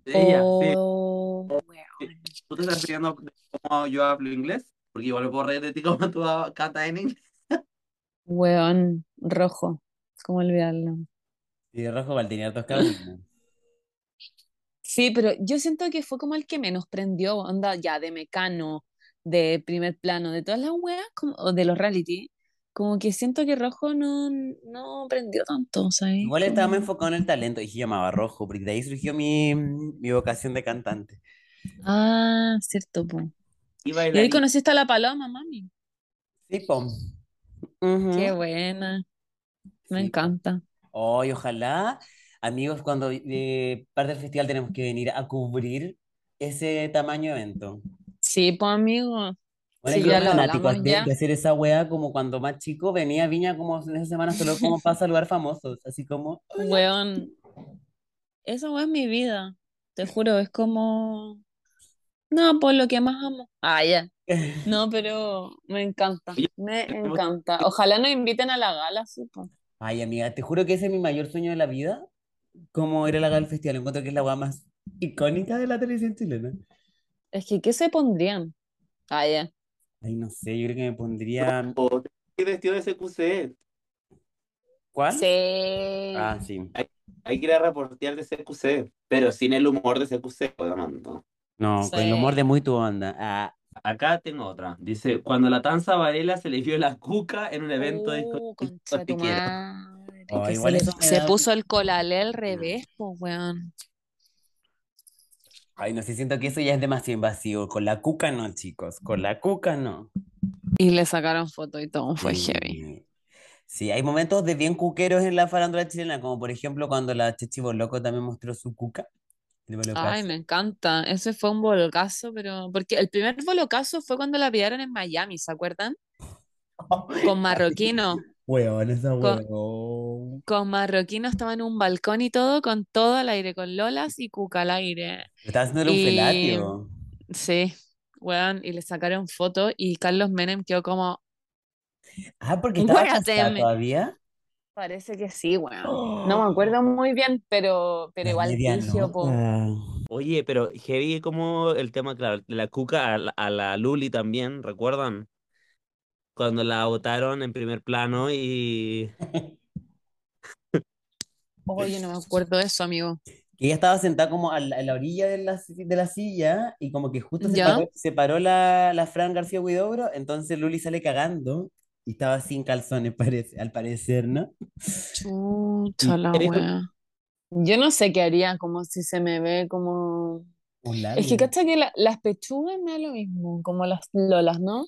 Speaker 1: ella, sí.
Speaker 3: Oh, weón.
Speaker 1: ¿Tú te estás peleando de cómo yo hablo inglés? Porque igual me puedo reír de ti como tú ah, cantas en inglés.
Speaker 3: Weón, rojo. ¿Cómo olvidarlo?
Speaker 2: Y de rojo Valtinier Toscano.
Speaker 3: Sí, pero yo siento que fue como el que menos prendió, onda ya de Mecano, de primer plano, de todas las weas, como, o de los reality, como que siento que Rojo no, no prendió tanto, ¿sabes?
Speaker 2: Igual estaba más
Speaker 3: Como-
Speaker 2: enfocado en el talento y se llamaba Rojo, porque de ahí surgió mi, mi vocación de cantante.
Speaker 3: Ah, cierto, po.
Speaker 1: Y
Speaker 3: Y ahí
Speaker 1: bailarín.
Speaker 3: conociste a la paloma, mami.
Speaker 2: Sí, pom.
Speaker 3: Qué
Speaker 2: Ujú.
Speaker 3: buena,
Speaker 2: Sí,
Speaker 3: me
Speaker 2: po.
Speaker 3: encanta.
Speaker 2: Hoy, ojalá, amigos, cuando eh, parte del festival tenemos que venir a cubrir ese tamaño de evento.
Speaker 3: Sí, pues amigo,
Speaker 2: Bueno,
Speaker 3: Sí,
Speaker 2: yo
Speaker 3: ya
Speaker 2: era
Speaker 3: lo
Speaker 2: fanático
Speaker 3: hablamos
Speaker 2: de,
Speaker 3: ya.
Speaker 2: de hacer esa wea como cuando más chico venía a Viña como en esa semana solo como para saludar famosos, así como, hola.
Speaker 3: weón, esa wea es mi vida, te juro, es como, no, por lo que más amo. Ah, ya. No, pero me encanta,
Speaker 1: Oye,
Speaker 3: me
Speaker 1: tenemos-
Speaker 3: encanta. Ojalá nos inviten a la gala, sí, po.
Speaker 2: Ay, amiga, te juro que ese es mi mayor sueño de la vida, como era la gala del festival, encuentro que es la wea más icónica de la televisión chilena.
Speaker 3: Es que, ¿qué se pondrían? Ah, ya.
Speaker 2: Ay, no sé, yo creo que me pondría...
Speaker 1: O ¿Qué vestido de CQC?
Speaker 2: ¿Cuál?
Speaker 3: Sí.
Speaker 2: Ah, sí.
Speaker 1: Hay que ir a reportear de CQC, pero sin el humor de CQC. pues, Amando.
Speaker 2: No, con el humor
Speaker 3: Sí.
Speaker 2: de muy tu onda. Ah,
Speaker 1: Acá tengo otra. Dice, cuando la tanza Varela se le vio la cuca en un evento disco-
Speaker 3: Uh, concha de tu
Speaker 1: discotequero.
Speaker 3: madre,
Speaker 2: oh,
Speaker 3: que se
Speaker 2: igual
Speaker 3: le
Speaker 2: eso me
Speaker 3: se
Speaker 2: da...
Speaker 3: puso el colalé al revés, po, weón.
Speaker 2: Ay, no sé, siento que eso ya es demasiado invasivo. Con la cuca no, chicos,
Speaker 3: Mm.
Speaker 2: con la cuca no.
Speaker 3: Y le sacaron foto y todo, fue heavy.
Speaker 2: Sí. Sí, hay momentos de bien cuqueros en la farándula chilena, como por ejemplo cuando la Chechi Boloco también mostró su cuca. El
Speaker 3: Ay,
Speaker 2: bolocazo.
Speaker 3: me encanta. Ese fue un bolocazo, pero. Porque el primer bolocazo fue cuando la pillaron en Miami, ¿se acuerdan?
Speaker 2: Ah,
Speaker 3: Con Marroquino.
Speaker 2: Huevón, esa
Speaker 3: Con,
Speaker 2: huevón.
Speaker 3: con Marroquino estaba en un balcón y todo, con todo al aire, con Lolas y Cuca al aire.
Speaker 2: Estaba haciendo un
Speaker 3: Y
Speaker 2: felatio.
Speaker 3: sí, weón, y le sacaron foto y Carlos Menem quedó como,
Speaker 2: Ah, porque estaba casada
Speaker 3: guárdate,
Speaker 2: todavía.
Speaker 3: parece que sí, weón. No me
Speaker 2: Oh,
Speaker 3: acuerdo muy bien, pero, pero
Speaker 2: es
Speaker 3: igual brigio, po.
Speaker 2: medianota.
Speaker 1: Oye, pero heavy como el tema, claro, de la cuca a la, a la Luli también, ¿recuerdan? Cuando la votaron en primer plano y...
Speaker 3: Oye, no me acuerdo de eso, amigo.
Speaker 2: Que ella estaba sentada como a la, a la orilla de la, si- de la silla y como que justo se
Speaker 3: ¿Ya?
Speaker 2: paró, se paró la, la Fran García Huidobro, entonces Luli sale cagando y estaba sin calzones, parece, al parecer, ¿no?
Speaker 3: Chucha
Speaker 2: Y
Speaker 3: la
Speaker 2: creo
Speaker 3: weá. Yo no sé qué haría, como si se me ve como...
Speaker 2: un
Speaker 3: Es
Speaker 2: labio.
Speaker 3: que cacha que la- las pechugas me da lo mismo, como las lolas, ¿no?
Speaker 2: Mm.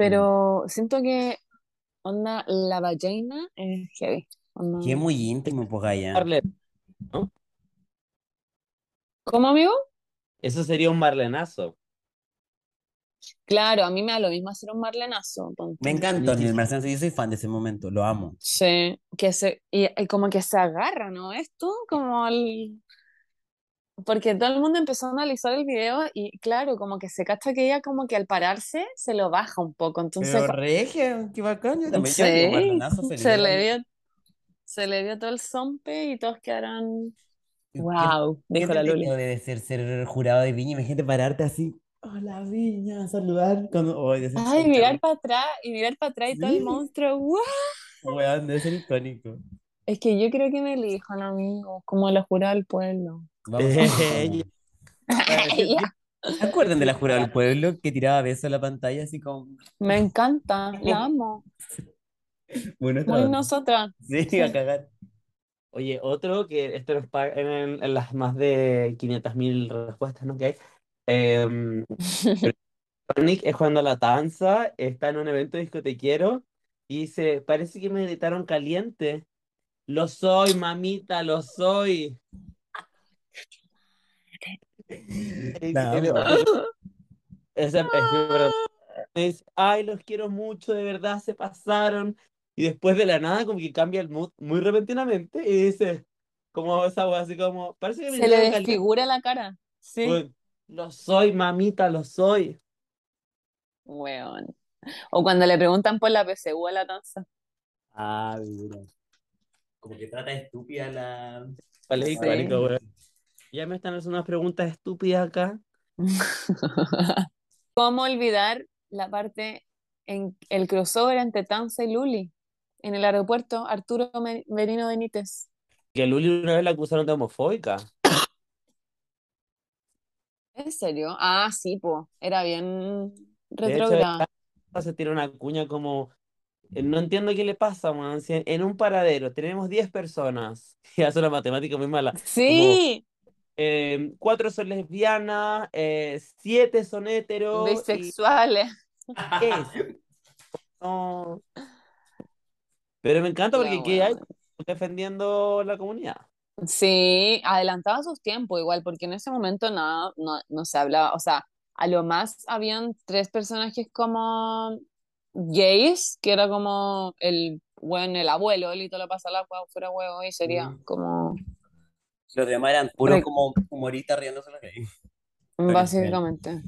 Speaker 3: Pero siento que onda la ballena es heavy.
Speaker 2: Que es
Speaker 3: Onda...
Speaker 2: muy íntimo, pues Gaya.
Speaker 1: Marle- ¿no?
Speaker 3: ¿Cómo, amigo?
Speaker 1: Eso sería un marlenazo.
Speaker 3: Claro, a mí me da lo mismo hacer un marlenazo,
Speaker 2: Me
Speaker 3: ponte.
Speaker 2: encanta
Speaker 1: Sí,
Speaker 2: Daniel
Speaker 1: sí.
Speaker 2: Marciano, yo soy fan de ese momento, lo amo.
Speaker 3: Sí, que se, y, y como que se agarra, ¿no? Esto, como el... Porque todo el mundo empezó a analizar el video y claro, como que se cacha que ella como que al pararse se lo baja un poco. Entonces,
Speaker 2: Pero
Speaker 3: co-
Speaker 2: regia, qué bacán, yo también yo haría un
Speaker 3: sí,
Speaker 2: mardonazo feliz
Speaker 3: se
Speaker 2: de la
Speaker 3: le
Speaker 2: vida.
Speaker 3: dio, se le dio todo el zompe y todos quedaron,
Speaker 2: ¿Y ¿Qué,
Speaker 3: wow,
Speaker 2: qué
Speaker 3: dijo la
Speaker 2: entretenido
Speaker 3: Luli.
Speaker 2: debe ser ser jurado de Viña? Imagínate pararte así, hola Viña, saludar, cuando, oh, debe ser
Speaker 3: Ay,
Speaker 2: tan
Speaker 3: mirar
Speaker 2: caro.
Speaker 3: para atrás y mirar para atrás y todo el
Speaker 2: Sí,
Speaker 3: monstruo, ¡guau!
Speaker 2: weón, debe ser icónico.
Speaker 3: Es que yo creo que me elijan, amigo, como la jurada del pueblo.
Speaker 2: Vamos a ver.
Speaker 3: Ya.
Speaker 2: ¿Se acuerdan de la jurada del pueblo que tiraba besos a la pantalla así como,
Speaker 3: Me encanta, la amo.
Speaker 2: bueno,
Speaker 3: Muy
Speaker 2: estaba.
Speaker 3: nosotras.
Speaker 2: Sí, a
Speaker 3: Sí.
Speaker 2: cagar.
Speaker 1: Oye, otro que esto nos pagan en, en las más de 500.000 respuestas, ¿no? Que hay. Em, Sonic es cuando la danza está en un evento discotequero
Speaker 4: Y dice, parece que me gritaron caliente. Lo soy, mamita, lo soy. Y
Speaker 5: La
Speaker 4: el-
Speaker 5: amo.
Speaker 4: Esa- es- perdón. Es, ay, los quiero mucho, de verdad, se pasaron. Y después de la nada, como que cambia el mood muy repentinamente y dice, como esa voz así como, parece que me
Speaker 3: Se le
Speaker 4: gritaron caliente.
Speaker 3: desfigura la cara. Sí.
Speaker 4: Bueno, Lo soy, mamita, lo soy.
Speaker 3: Weón. O cuando le preguntan por la PSU a la danza.
Speaker 2: Ah, dura. Como que trata de estúpida la.
Speaker 4: Vale,
Speaker 3: Sí.
Speaker 4: icónico, weón. Ya me están haciendo unas preguntas estúpidas acá.
Speaker 3: ¿Cómo olvidar la parte en el crossover entre Tanza y Luli en el aeropuerto Arturo Me- Merino Benítez?
Speaker 4: Que a Luli una vez la acusaron de homofóbica.
Speaker 3: ¿En serio? Ah, sí, po. Era bien
Speaker 4: De hecho,
Speaker 3: retrógrada.
Speaker 4: ella se tira una cuña como, eh, no entiendo qué le pasa, man. Si en- en un paradero tenemos 10 personas. Y hace una matemática muy mala.
Speaker 3: Sí,
Speaker 4: Eh, cuatro son lesbianas, eh, siete son heteros. y-
Speaker 3: bisexuales.
Speaker 4: ¿Qué es? No. Pero me encanta porque
Speaker 3: La
Speaker 4: aquí hay
Speaker 3: weona.
Speaker 4: defendiendo la comunidad.
Speaker 3: Sí, adelantaba sus tiempos igual, porque en ese momento nada, no, no se hablaba, o sea, a lo más habían tres personajes como gays, que era como el, bueno, el abuelo, Lito lo pasa al agua, fuera huevo, y sería
Speaker 2: Mm.
Speaker 3: como,
Speaker 2: Los demás eran puros
Speaker 3: Re-
Speaker 2: como humoristas riéndose los gays.
Speaker 3: básicamente.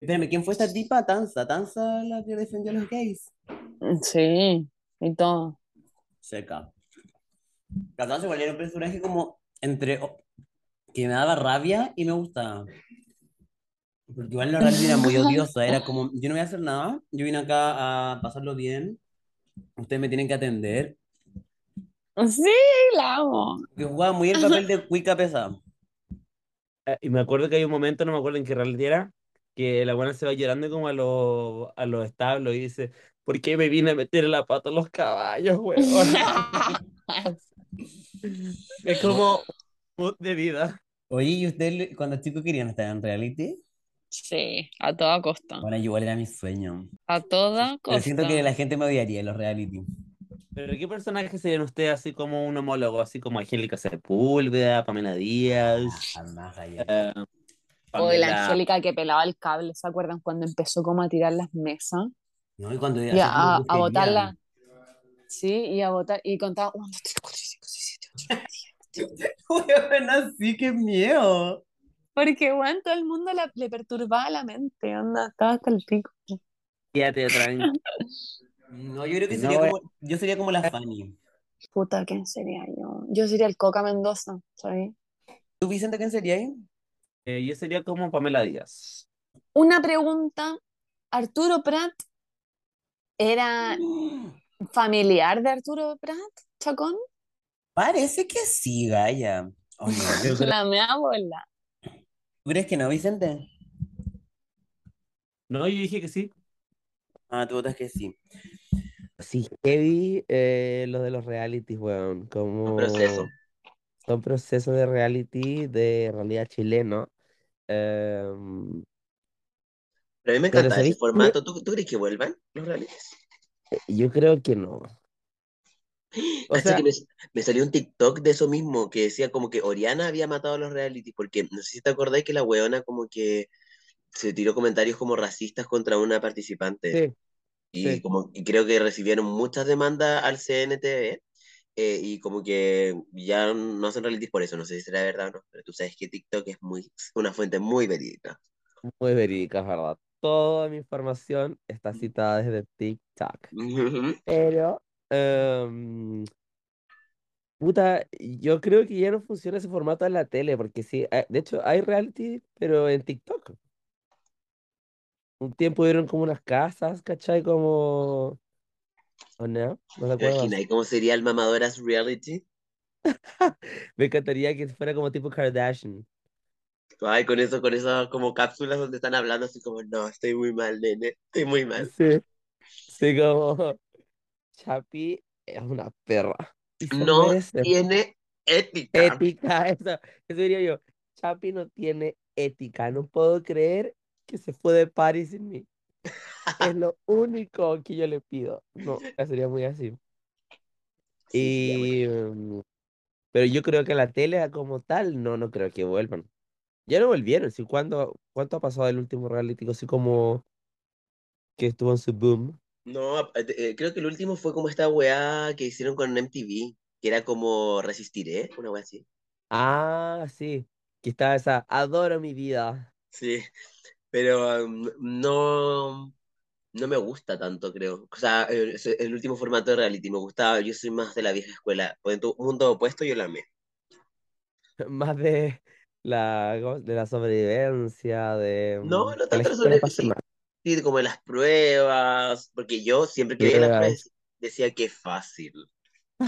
Speaker 2: Espérame, ¿quién fue esta tipa? Tanza. Tanza la que defendió a los gays.
Speaker 3: Sí, y todo.
Speaker 2: Seca. La Tanza igual era un personaje como entre. o- que me daba rabia y me gustaba. Porque igual la realidad era muy odiosa. Era como: yo no voy a hacer nada. Yo vine acá a pasarlo bien. Ustedes me tienen que atender.
Speaker 3: Sí, la amo.
Speaker 2: Que jugaba muy el papel de cuica pesada.
Speaker 4: Eh, Y me acuerdo que hay un momento, no me acuerdo en qué reality era, que la buena se va llorando como a los, a los establos y dice, ¿por qué me vine a meter la pata a los caballos, weón? Es como mood de vida.
Speaker 2: Oye, ¿y ustedes cuando chicos querían estar en reality?
Speaker 3: Sí, a toda costa,
Speaker 2: Bueno, igual era mi sueño.
Speaker 3: a toda
Speaker 2: Pero siento que
Speaker 3: costa.
Speaker 2: la gente me odiaría en los reality.
Speaker 4: ¿Pero qué personaje serían ustedes así como un homólogo? Así como Angélica Sepúlveda, Pamela Díaz,
Speaker 2: Jamás, Javier.
Speaker 4: eh,
Speaker 3: O la
Speaker 4: Pamela-
Speaker 3: Angélica que pelaba el cable, ¿se acuerdan cuando empezó como a tirar las mesas?
Speaker 2: No, y cuando
Speaker 3: Y a, a- a
Speaker 2: brujería.
Speaker 3: votarla. Sí, y a votar. Y contaba 1, 2, 3, 4, 5, 6, 7, 8.
Speaker 2: Weona, sí, qué miedo.
Speaker 3: Porque, weón, todo el mundo la- le perturbaba la mente. Onda, estaba hasta el pico.
Speaker 4: Quédate tranquila.
Speaker 2: No, yo creo que
Speaker 4: No,
Speaker 2: sería
Speaker 4: eh.
Speaker 2: como, yo sería como la Fanny.
Speaker 3: Puta, ¿quién sería yo? Yo sería el Coca Mendoza, ¿sabes?
Speaker 2: ¿Tú, Vicente, quién sería ahí?
Speaker 4: Eh, yo sería como Pamela Díaz.
Speaker 3: Una pregunta. ¿Arturo Prat era familiar de Arturo Prat, Chacón?
Speaker 2: Parece que sí, Gaya. Oh, no. ¿Tú
Speaker 3: La mea bola.
Speaker 2: crees que no, Vicente?
Speaker 4: No, yo dije que sí.
Speaker 2: Ah, tú votas que sí.
Speaker 1: Sí, heavy eh, lo de los realities, weón. Como...
Speaker 4: proceso.
Speaker 1: Son procesos de reality, de realidad chileno. Em,
Speaker 6: Pero a mí me
Speaker 1: Pero
Speaker 6: encanta ese
Speaker 1: ¿sabéis qué?
Speaker 6: formato. ¿Tú, tú crees que vuelvan los realities?
Speaker 1: yo creo que no. O
Speaker 6: Cacha
Speaker 1: sea,
Speaker 6: que me, me salió un TikTok de eso mismo, que decía como que Oriana había matado a los realities, porque no sé si te acordás que la weona como que se tiró comentarios como racistas contra una participante.
Speaker 1: sí,
Speaker 6: Y
Speaker 1: sí.
Speaker 6: como y creo que recibieron muchas demandas al CNTV, eh, y como que ya no hacen realities por eso, no sé si será verdad o no, pero tú sabes que TikTok es muy, una fuente muy verídica.
Speaker 1: muy verídica, es ¿verdad? Toda mi información está citada desde TikTok. Pero, em, puta, yo creo que ya no funciona ese formato en la tele, porque sí, eh, de hecho hay reality, pero en TikTok. Un tiempo vieron como unas casas, ¿cachai? Como... ¿O no? ¿No te
Speaker 6: ¿Te
Speaker 1: acuerdas?
Speaker 6: imaginas cómo sería el Mamadoras Reality?
Speaker 1: Me encantaría que fuera como tipo Kardashian.
Speaker 6: Ay, con eso, con esas como cápsulas donde están hablando así como, no, estoy muy mal, nene, estoy muy mal.
Speaker 1: Sí. Sí, como... Chapi es una perra. Y se
Speaker 6: No
Speaker 1: merece
Speaker 6: tiene ética.
Speaker 1: Ética, eso, eso diría yo. Chapi no tiene ética. No puedo creer que se fue de party sin mí. Es lo único que yo le pido. No, sería muy así.
Speaker 2: Sí, sí,
Speaker 1: Y, mm, pero yo creo que la tele como tal, no, no creo que vuelvan. Ya no volvieron, ¿sí? ¿Cuándo, cuánto ha pasado del último reality? Así como que estuvo en su boom.
Speaker 2: No, eh, eh, creo que el último fue como esta weá que hicieron con MTV, que era como Resistiré, una weá así.
Speaker 1: Ah, sí. Que estaba esa, adoro mi vida.
Speaker 2: Sí, pero um, no, no me gusta tanto, creo. O sea, el, el último formato de reality me gustaba, yo soy más de la vieja escuela. En tu mundo opuesto yo la amé.
Speaker 1: Más de la, ¿cómo? de la sobrevivencia, de
Speaker 2: No,
Speaker 1: mm,
Speaker 2: no
Speaker 1: que
Speaker 2: tanto
Speaker 1: la
Speaker 2: la
Speaker 1: gente la
Speaker 2: sobre-
Speaker 1: pase
Speaker 2: sí,
Speaker 1: mal.
Speaker 2: Sí, como las pruebas, porque yo siempre que veía las pruebas decía que fácil.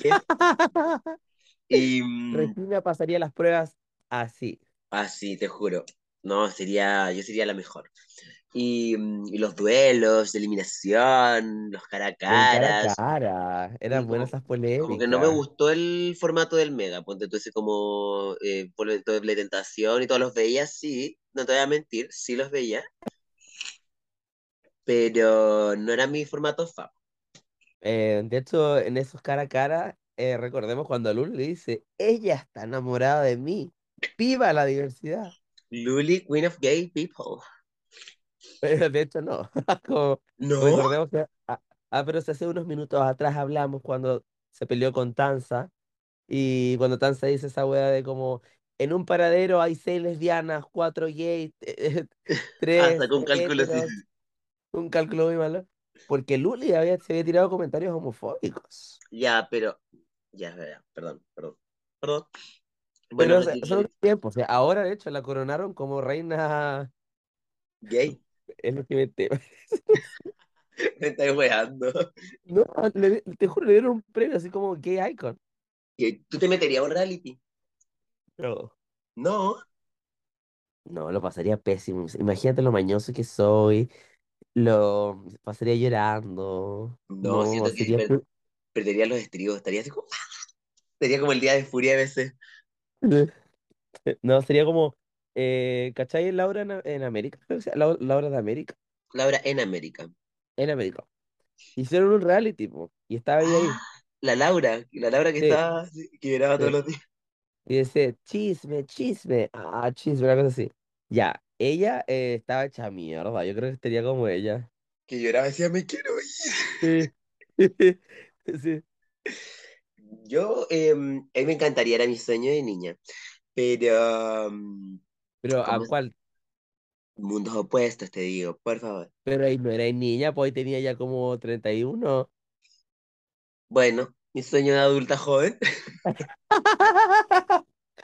Speaker 2: Qué Y mm,
Speaker 1: Regina pasaría las pruebas así.
Speaker 2: así, te juro. No, sería, yo sería la mejor. Y, mm, y los duelos, de eliminación, los cara a
Speaker 1: El cara a
Speaker 2: caras.
Speaker 1: cara. Eran
Speaker 2: Sí,
Speaker 1: buenas
Speaker 2: como,
Speaker 1: esas
Speaker 2: como que no me
Speaker 1: polémicas.
Speaker 2: gustó el formato del Mega, ponte tú ese como eh, Pueblo de Doble Tentación y todos los veía, sí, no te voy a mentir, sí los veía, pero no era mi formato fa.
Speaker 1: Eh, de hecho, en esos cara a cara, eh, recordemos cuando Lulu le dice, ella está enamorada de mí. ¡Viva la diversidad!
Speaker 2: Luli, Queen of Gay People.
Speaker 1: Pero de hecho, no. Como
Speaker 2: No.
Speaker 1: recordemos que... Ah, ah, pero si hace unos minutos atrás hablamos cuando se peleó con Tanza. Y cuando Tanza dice esa wea de como... En un paradero hay seis lesbianas, cuatro gays, eh, eh,
Speaker 2: Hasta
Speaker 1: tres
Speaker 2: con cálculos. sí.
Speaker 1: heteros, un cálculo muy malo. Porque Luli había, se había tirado comentarios homofóbicos.
Speaker 2: Ya, pero. Ya, ya, ya, perdón, perdón. Perdón. Bueno,
Speaker 1: Pero
Speaker 2: no
Speaker 1: se-
Speaker 2: tiene
Speaker 1: son
Speaker 2: que
Speaker 1: otros tiempos. O sea, ahora, de hecho, la coronaron como reina
Speaker 2: gay.
Speaker 1: LGBT.
Speaker 2: Me estáis weando.
Speaker 1: No, le di- te juro, le dieron un premio así como gay icon.
Speaker 2: ¿Qué? ¿Tú te meterías a un reality?
Speaker 1: No,
Speaker 2: No.
Speaker 1: no, lo pasaría pésimo. Imagínate lo mañoso que soy. Lo pasaría llorando.
Speaker 2: No,
Speaker 1: No,
Speaker 2: siento que
Speaker 1: sería...
Speaker 2: per- perdería los estribos. Estaría así como. Sería como el día de furia a veces.
Speaker 1: No, sería como... Eh, ¿cachai? Laura en, en América. creo que se llama, Lau- Laura de América.
Speaker 2: Laura en América.
Speaker 1: En América. Hicieron un reality, po, y estaba ella ahí.
Speaker 2: Ah, la Laura. La Laura que
Speaker 1: Sí,
Speaker 2: estaba. así, Que lloraba todos
Speaker 1: sí.
Speaker 2: los días.
Speaker 1: Y dice, chisme, chisme, ah, chisme, una cosa así. Ya, ella eh, estaba hecha mierda, yo creo que estaría como ella.
Speaker 2: Que lloraba y decía, me quiero ir.
Speaker 1: Sí. Sí.
Speaker 2: Yo. eh, a mí me encantaría, era mi sueño de niña. Pero. mm,
Speaker 1: Pero ¿a
Speaker 2: ¿Cómo
Speaker 1: cuál?
Speaker 2: Mundos opuestos, te digo, por favor.
Speaker 1: Pero ahí no era niña, pues ahí tenía ya como 31.
Speaker 2: Bueno, mi sueño de adulta joven,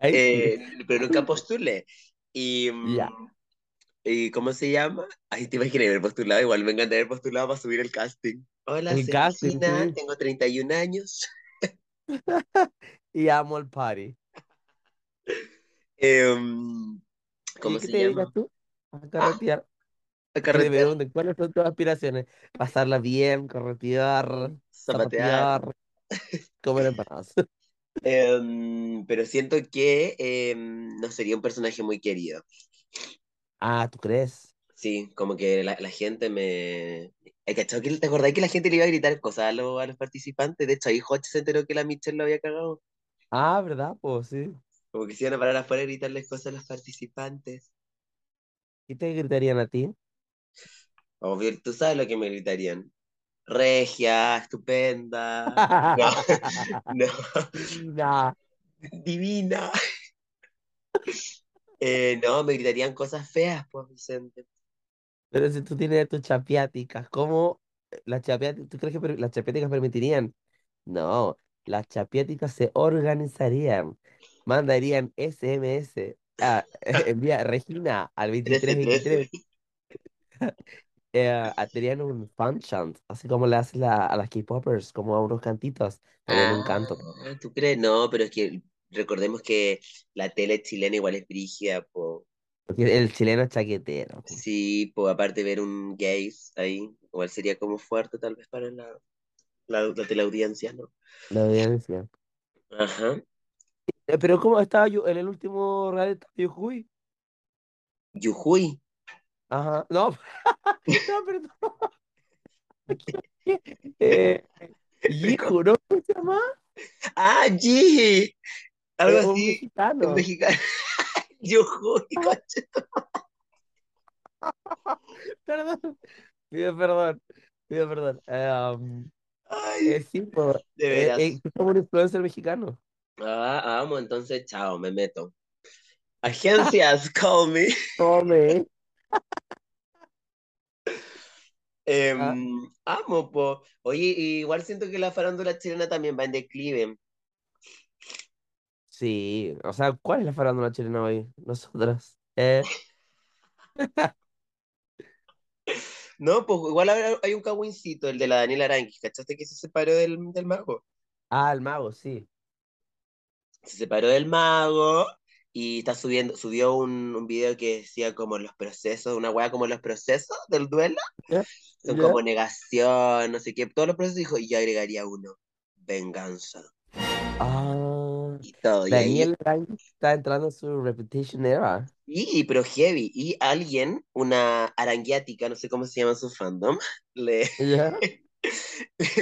Speaker 1: Ahí sí.
Speaker 2: eh, pero nunca postulé. Y,
Speaker 1: Ya.
Speaker 2: mm, ¿y cómo se llama? Ahí te imaginas haber postulado, igual me encantaría haber postulado para subir el casting. Hola,
Speaker 1: El
Speaker 2: soy
Speaker 1: casting,
Speaker 2: Regina,
Speaker 1: sí.
Speaker 2: tengo 31 años.
Speaker 1: Y amo el party.
Speaker 2: Em,
Speaker 1: ¿Y
Speaker 2: ¿cómo
Speaker 1: qué
Speaker 2: se
Speaker 1: te dedicas
Speaker 2: llama?
Speaker 1: tú? A
Speaker 2: Ah,
Speaker 1: carretear.
Speaker 2: a
Speaker 1: Y le
Speaker 2: carretear,
Speaker 1: preguntan, ¿cuáles son tus aspiraciones? Pasarla bien, carretear,
Speaker 2: zapatear.
Speaker 1: zapatear, comer empanadas.
Speaker 2: Em, pero siento que em, no sería un personaje muy querido.
Speaker 1: Ah, ¿tú crees?
Speaker 2: Sí, como que la, la gente me... He cachado que- ¿Te acordás que la gente le iba a gritar cosas a, los- a los participantes? De hecho, ahí Hotch se enteró que la Michelle lo había cagado.
Speaker 1: Ah, ¿verdad? Pues sí.
Speaker 2: Como que se iban a parar afuera a gritarles cosas a los participantes.
Speaker 1: ¿Qué te gritarían a ti?
Speaker 2: Obvio, tú sabes lo que me gritarían. Regia, estupenda. No, no.
Speaker 1: Divina.
Speaker 2: Divina. Eh, no, me gritarían cosas feas, pues, Vicente.
Speaker 1: Pero si tú tienes tus chapiáticas, ¿cómo eh, las chapiáticas, tú crees que per- las chapiáticas permitirían? No, las chapiáticas se organizarían, mandarían SMS, a, ah, envía Regina al
Speaker 2: 13-13.
Speaker 1: 2323, eh, ah, tenían un fan chant, así como le hacen la- a las K-popers, como a unos cantitos, harían un
Speaker 2: Ah,
Speaker 1: canto.
Speaker 2: ¿tú crees? No, pero es que recordemos que la tele chilena igual es brígida, pues.
Speaker 1: Porque el chileno es chaquetero.
Speaker 2: Sí, pues aparte ver un gays ahí, igual sería como fuerte tal vez para la, la, la teleaudiencia, ¿no?
Speaker 1: La audiencia.
Speaker 2: Ajá.
Speaker 1: Eh, Pero ¿cómo estaba yo en el último reality de Jujuy?
Speaker 2: Yujuy.
Speaker 1: Ajá. No, no, perdón. Eh, Yihu, ¿no? ¿Cómo se llama?
Speaker 2: ¡Ah, G! Algo
Speaker 1: Eh, un
Speaker 2: así,
Speaker 1: mexicano.
Speaker 2: un mexicano. Yo juro,
Speaker 1: Ah.
Speaker 2: concha.
Speaker 1: Perdón. Pido perdón. Pido perdón. Eh, um,
Speaker 2: Ay,
Speaker 1: eh, sí, po,
Speaker 2: de
Speaker 1: eh,
Speaker 2: veras.
Speaker 1: eh, como un influencer mexicano.
Speaker 2: Ah, amo, entonces, chao, me meto. Agencias, call me.
Speaker 1: Tome.
Speaker 2: Em, amo, po. Oye, igual siento que la farándula chilena también va en declive.
Speaker 1: Sí, o sea, ¿cuál es la farándula chilena hoy? Nosotras. Eh,
Speaker 2: No, pues igual ahora hay un cagüincito, el de la Daniela Aranquis. ¿Cachaste que se separó del, del mago?
Speaker 1: ah, el mago, sí.
Speaker 2: Se separó del mago y está subiendo, subió un, un video que decía como los procesos, una weá como los procesos del duelo.
Speaker 1: Ya,
Speaker 2: Son
Speaker 1: ya.
Speaker 2: como negación, no sé qué, todos los procesos dijo, y yo agregaría uno, venganza.
Speaker 1: Ah,
Speaker 2: Y todo, y ahí
Speaker 1: Daniel Ryan está entrando en su repetition era.
Speaker 2: Y, pero heavy. Y alguien, una aranguiática, no sé cómo se llama su fandom, le,
Speaker 1: Ya,
Speaker 2: le,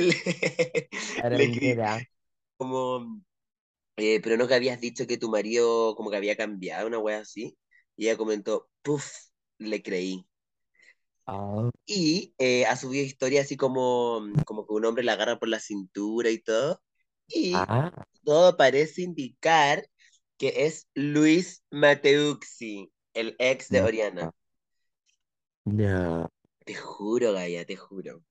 Speaker 2: le escribió
Speaker 1: aranguera.
Speaker 2: como, eh, pero no que habías dicho que tu marido como que había cambiado, una wea así. Y ella comentó, puff, le creí.
Speaker 1: Ah,
Speaker 2: Y eh, ha subido historias así como, como que un hombre la agarra por la cintura y todo. Y
Speaker 1: ah,
Speaker 2: todo parece indicar que es Luis Mateuxi, el ex de
Speaker 1: no,
Speaker 2: Oriana.
Speaker 1: no.
Speaker 2: Te juro, Gaia, te juro.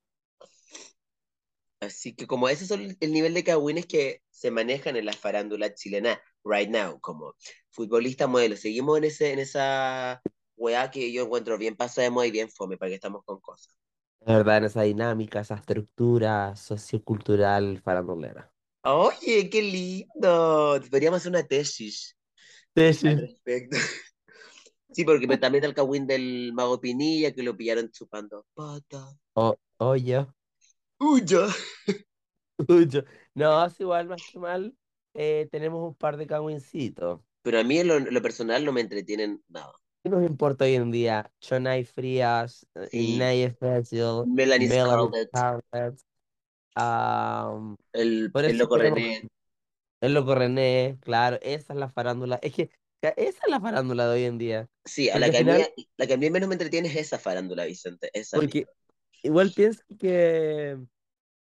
Speaker 2: Así que como ese es el, el nivel de cagüines que se manejan en la farándula chilena right now, como futbolista modelo. Seguimos en ese, en esa weá que yo encuentro bien pasada de moda y bien fome, para que estamos con cosas.
Speaker 1: La verdad, en esa dinámica, esa estructura sociocultural farandulera.
Speaker 2: Oye, qué lindo. Deberíamos hacer una tesis
Speaker 1: Sí,
Speaker 2: al
Speaker 1: sí.
Speaker 2: respecto. Sí, porque me- también está el cagüín del mago Pinilla que lo pillaron chupando pata.
Speaker 1: O- oye,
Speaker 2: ¡Uya!
Speaker 1: oye. No, es igual, más que mal, eh, tenemos un par de cagüincitos.
Speaker 2: Pero a mí en lo, en lo personal no me entretienen nada.
Speaker 1: ¿Qué nos importa hoy en día? Chonay Frías, eh,
Speaker 2: Sí,
Speaker 1: Inaya Fácil,
Speaker 2: Melanie
Speaker 1: Melanie
Speaker 2: Scarlett,
Speaker 1: Scarlett. am,
Speaker 2: el,
Speaker 1: por
Speaker 2: el
Speaker 1: eso
Speaker 2: loco
Speaker 1: tenemos
Speaker 2: René.
Speaker 1: el loco René, claro, esa es la farándula. Es que ca- esa es la farándula de hoy en día.
Speaker 2: Sí, a la
Speaker 1: Porque al
Speaker 2: que a mí,
Speaker 1: final,
Speaker 2: la que a mí menos me entretiene es esa farándula, Vicente, esa
Speaker 1: porque
Speaker 2: misma.
Speaker 1: igual pienso que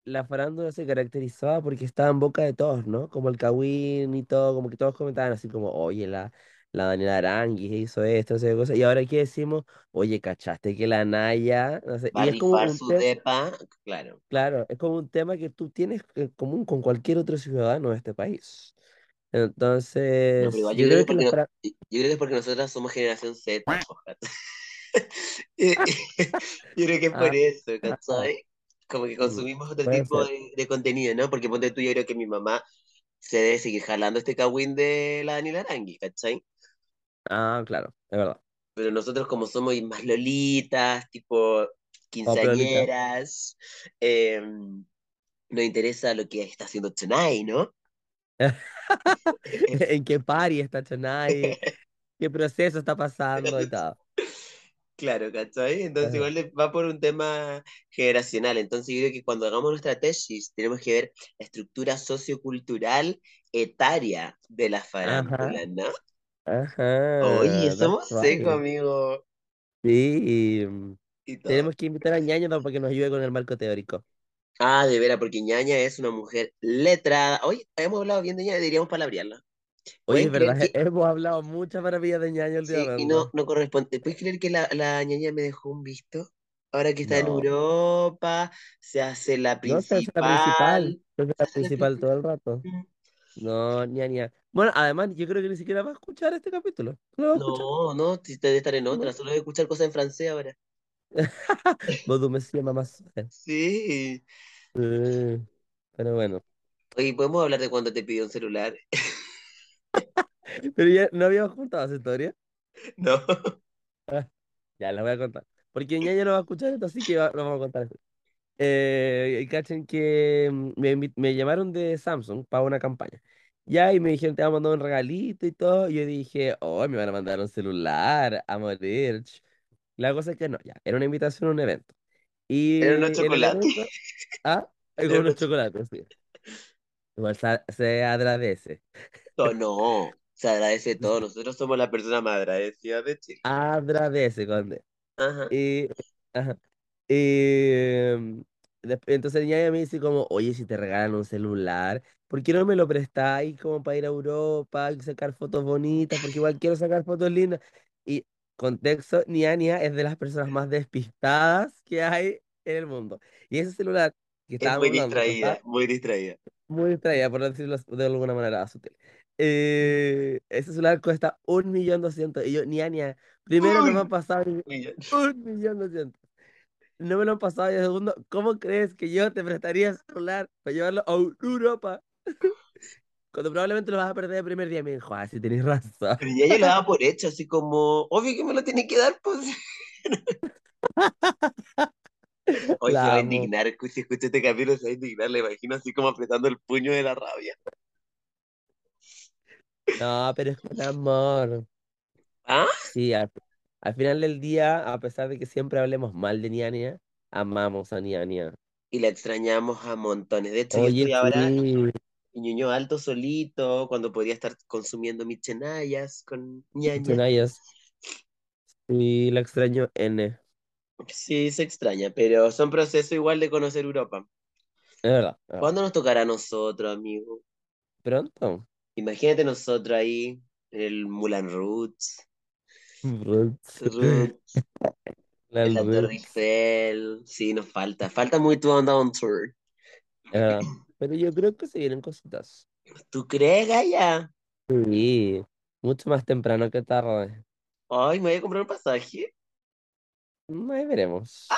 Speaker 1: la farándula se caracterizaba porque estaba en boca de todos, ¿no? Como el Kawin y todo, como que todos comentaban así como, oye, la, la Daniela Aránguiz hizo esto, esa cosa. Y ahora aquí decimos, oye, ¿cachaste que la Naya? No sé,
Speaker 2: Va
Speaker 1: y
Speaker 2: a
Speaker 1: es como
Speaker 2: rifar
Speaker 1: un
Speaker 2: su
Speaker 1: tema,
Speaker 2: depa, claro.
Speaker 1: claro, es como un tema que tú tienes en común con cualquier otro ciudadano de este país.
Speaker 2: No, pero
Speaker 1: Entonces,
Speaker 2: igual yo
Speaker 1: yo creo que
Speaker 2: creo que es porque
Speaker 1: la
Speaker 2: no-
Speaker 1: fra-
Speaker 2: yo creo que es porque nosotras somos generación Z, po, gato. Eh, eh, Yo creo que es por
Speaker 1: Ah,
Speaker 2: eso,
Speaker 1: ah,
Speaker 2: ¿cachai? Como que
Speaker 1: mm,
Speaker 2: consumimos otro
Speaker 1: puede
Speaker 2: tipo
Speaker 1: ser.
Speaker 2: de, de contenido, ¿no? Porque ponte tú, yo creo que mi mamá se debe seguir jalando este cagüín de la Daniela Arangui, ¿cachai?
Speaker 1: Ah, claro, es verdad.
Speaker 2: Pero nosotros como somos más lolitas,
Speaker 1: Oh,
Speaker 2: tipo
Speaker 1: pero Lolita,
Speaker 2: quinceañeras, em, nos interesa lo que está haciendo Chennai, ¿no?
Speaker 1: ¿en qué party está Chonai? ¿Qué proceso está pasando y todo?
Speaker 2: Claro, ¿cachai? Entonces
Speaker 1: Ajá.
Speaker 2: igual le- va por un tema generacional. Entonces yo creo que cuando hagamos nuestra tesis tenemos que ver la estructura sociocultural etaria de la
Speaker 1: Ajá, Eh,
Speaker 2: farándula, ¿no? Oye,
Speaker 1: ajá, that's
Speaker 2: somos secos,
Speaker 1: right.
Speaker 2: amigo,
Speaker 1: Sí, mm,
Speaker 2: y todo.
Speaker 1: tenemos que invitar a Ñaño para que nos ayude con el marco teórico.
Speaker 2: Ah, de veras, porque Ñaña es una mujer letrada. Hoy hemos hablado bien de Ñaña, deberíamos palabrearla.
Speaker 1: Oye,
Speaker 2: ¿Pueden
Speaker 1: es
Speaker 2: creer
Speaker 1: verdad,
Speaker 2: que...
Speaker 1: hemos hablado muchas maravillas de Ñaño
Speaker 2: Sí, y no,
Speaker 1: últimamente.
Speaker 2: no corresponde. ¿Puedes creer que la, la Ñaña me dejó un visto? Ahora que está en
Speaker 1: No,
Speaker 2: Europa, se hace la
Speaker 1: no, se hace la principal, se hace
Speaker 2: principal. Se
Speaker 1: la
Speaker 2: hace la
Speaker 1: principal todo el rato.
Speaker 2: principal.
Speaker 1: No, Ñaña. Bueno, además, yo creo que ni siquiera va a escuchar este capítulo. No lo va a escuchar.
Speaker 2: No, no, si te debe estar en
Speaker 1: ¿no?
Speaker 2: otra, solo debe escuchar cosas en francés ahora.
Speaker 1: Vos me decías mamá suena.
Speaker 2: Sí.
Speaker 1: Eh, Pero bueno.
Speaker 2: Oye, ¿podemos hablar de cuando te pidió un celular?
Speaker 1: Pero ya no habíamos contado esa historia.
Speaker 2: No.
Speaker 1: Ah, ya la voy a contar. Porque Ñaña no va a escuchar esto, así que va- lo vamos a contar. Eh, y cachen que mm, me, invi- me llamaron de Samsung para una campaña. Ya, y me dijeron, te van a mandar un regalito y todo. Y yo dije, oh, me van a mandar un celular a morir. La cosa es que no, ya, era una invitación a un evento. Y
Speaker 2: Eran unos
Speaker 1: en el
Speaker 2: chocolates.
Speaker 1: evento- ah,
Speaker 2: Eran
Speaker 1: con
Speaker 2: unos
Speaker 1: unos chocolates, sí. Igual sa- se agradece.
Speaker 2: No, no, se agradece todo. Nosotros somos la persona más agradecida de Chile.
Speaker 1: Agradece, Conde.
Speaker 2: Ajá.
Speaker 1: Y, eh, ajá. Y, mm, desp- entonces ella me dice como, oye, si te regalan un celular, ¿por qué no me lo prestáis como para ir a Europa y sacar fotos bonitas? Porque igual quiero sacar fotos lindas. Y contexto, Niania es de las personas más despistadas que hay en el mundo. Y ese celular que
Speaker 2: Es
Speaker 1: estábamos
Speaker 2: muy
Speaker 1: hablando, que está
Speaker 2: distraída, muy distraída.
Speaker 1: muy distraída, por decirlo as- de alguna manera sutil. Eh, ese celular cuesta un millón doscientos. Y yo, Niania, primero no me
Speaker 2: Un
Speaker 1: ha pasado ni-
Speaker 2: Mira,
Speaker 1: un millón doscientos. No me lo han pasado y segundo, ¿cómo crees que yo te prestaría el celular para llevarlo a Europa? Cuando probablemente lo vas a perder el primer día. Me dijo, ah, sí, tenés razón.
Speaker 2: Pero ya yo lo daba por hecho, así como, obvio que me lo tiene que dar, pues. Hoy se
Speaker 1: La
Speaker 2: va a
Speaker 1: amo.
Speaker 2: indignar, escu- si escucha este capítulo se va a indignar, le imagino así como apretando el puño de la rabia.
Speaker 1: No, pero es con amor.
Speaker 2: ¿Ah?
Speaker 1: Sí, al, al final del día, a pesar de que siempre hablemos mal de Niania, amamos a Niania.
Speaker 2: Y la extrañamos a montones. De hecho, yo
Speaker 1: Oye,
Speaker 2: estoy ahora
Speaker 1: sí.
Speaker 2: en Ñuñoa Alto solito, cuando podría estar consumiendo mis chenayas con ñaña.
Speaker 1: Chenayas. Sí, la extraño N. Es
Speaker 2: Sí, se extraña, pero son procesos igual de conocer Europa.
Speaker 1: verdad. es verdad.
Speaker 2: ¿Cuándo nos tocará a nosotros, amigo?
Speaker 1: Pronto.
Speaker 2: Imagínate nosotros ahí, en el Moulin Rouge, Rouge,
Speaker 1: La
Speaker 2: en la Torre
Speaker 1: Ruth.
Speaker 2: Eiffel. Sí, nos falta. Falta muy tu onda on tour.
Speaker 1: Es verdad. Ah, Pero yo creo que se vienen cositas.
Speaker 2: ¿Tú crees, Gaya?
Speaker 1: Sí, mucho más temprano que tarde.
Speaker 2: Ay, me voy a comprar un pasaje.
Speaker 1: Mm, Ahí
Speaker 2: Ah.
Speaker 1: veremos.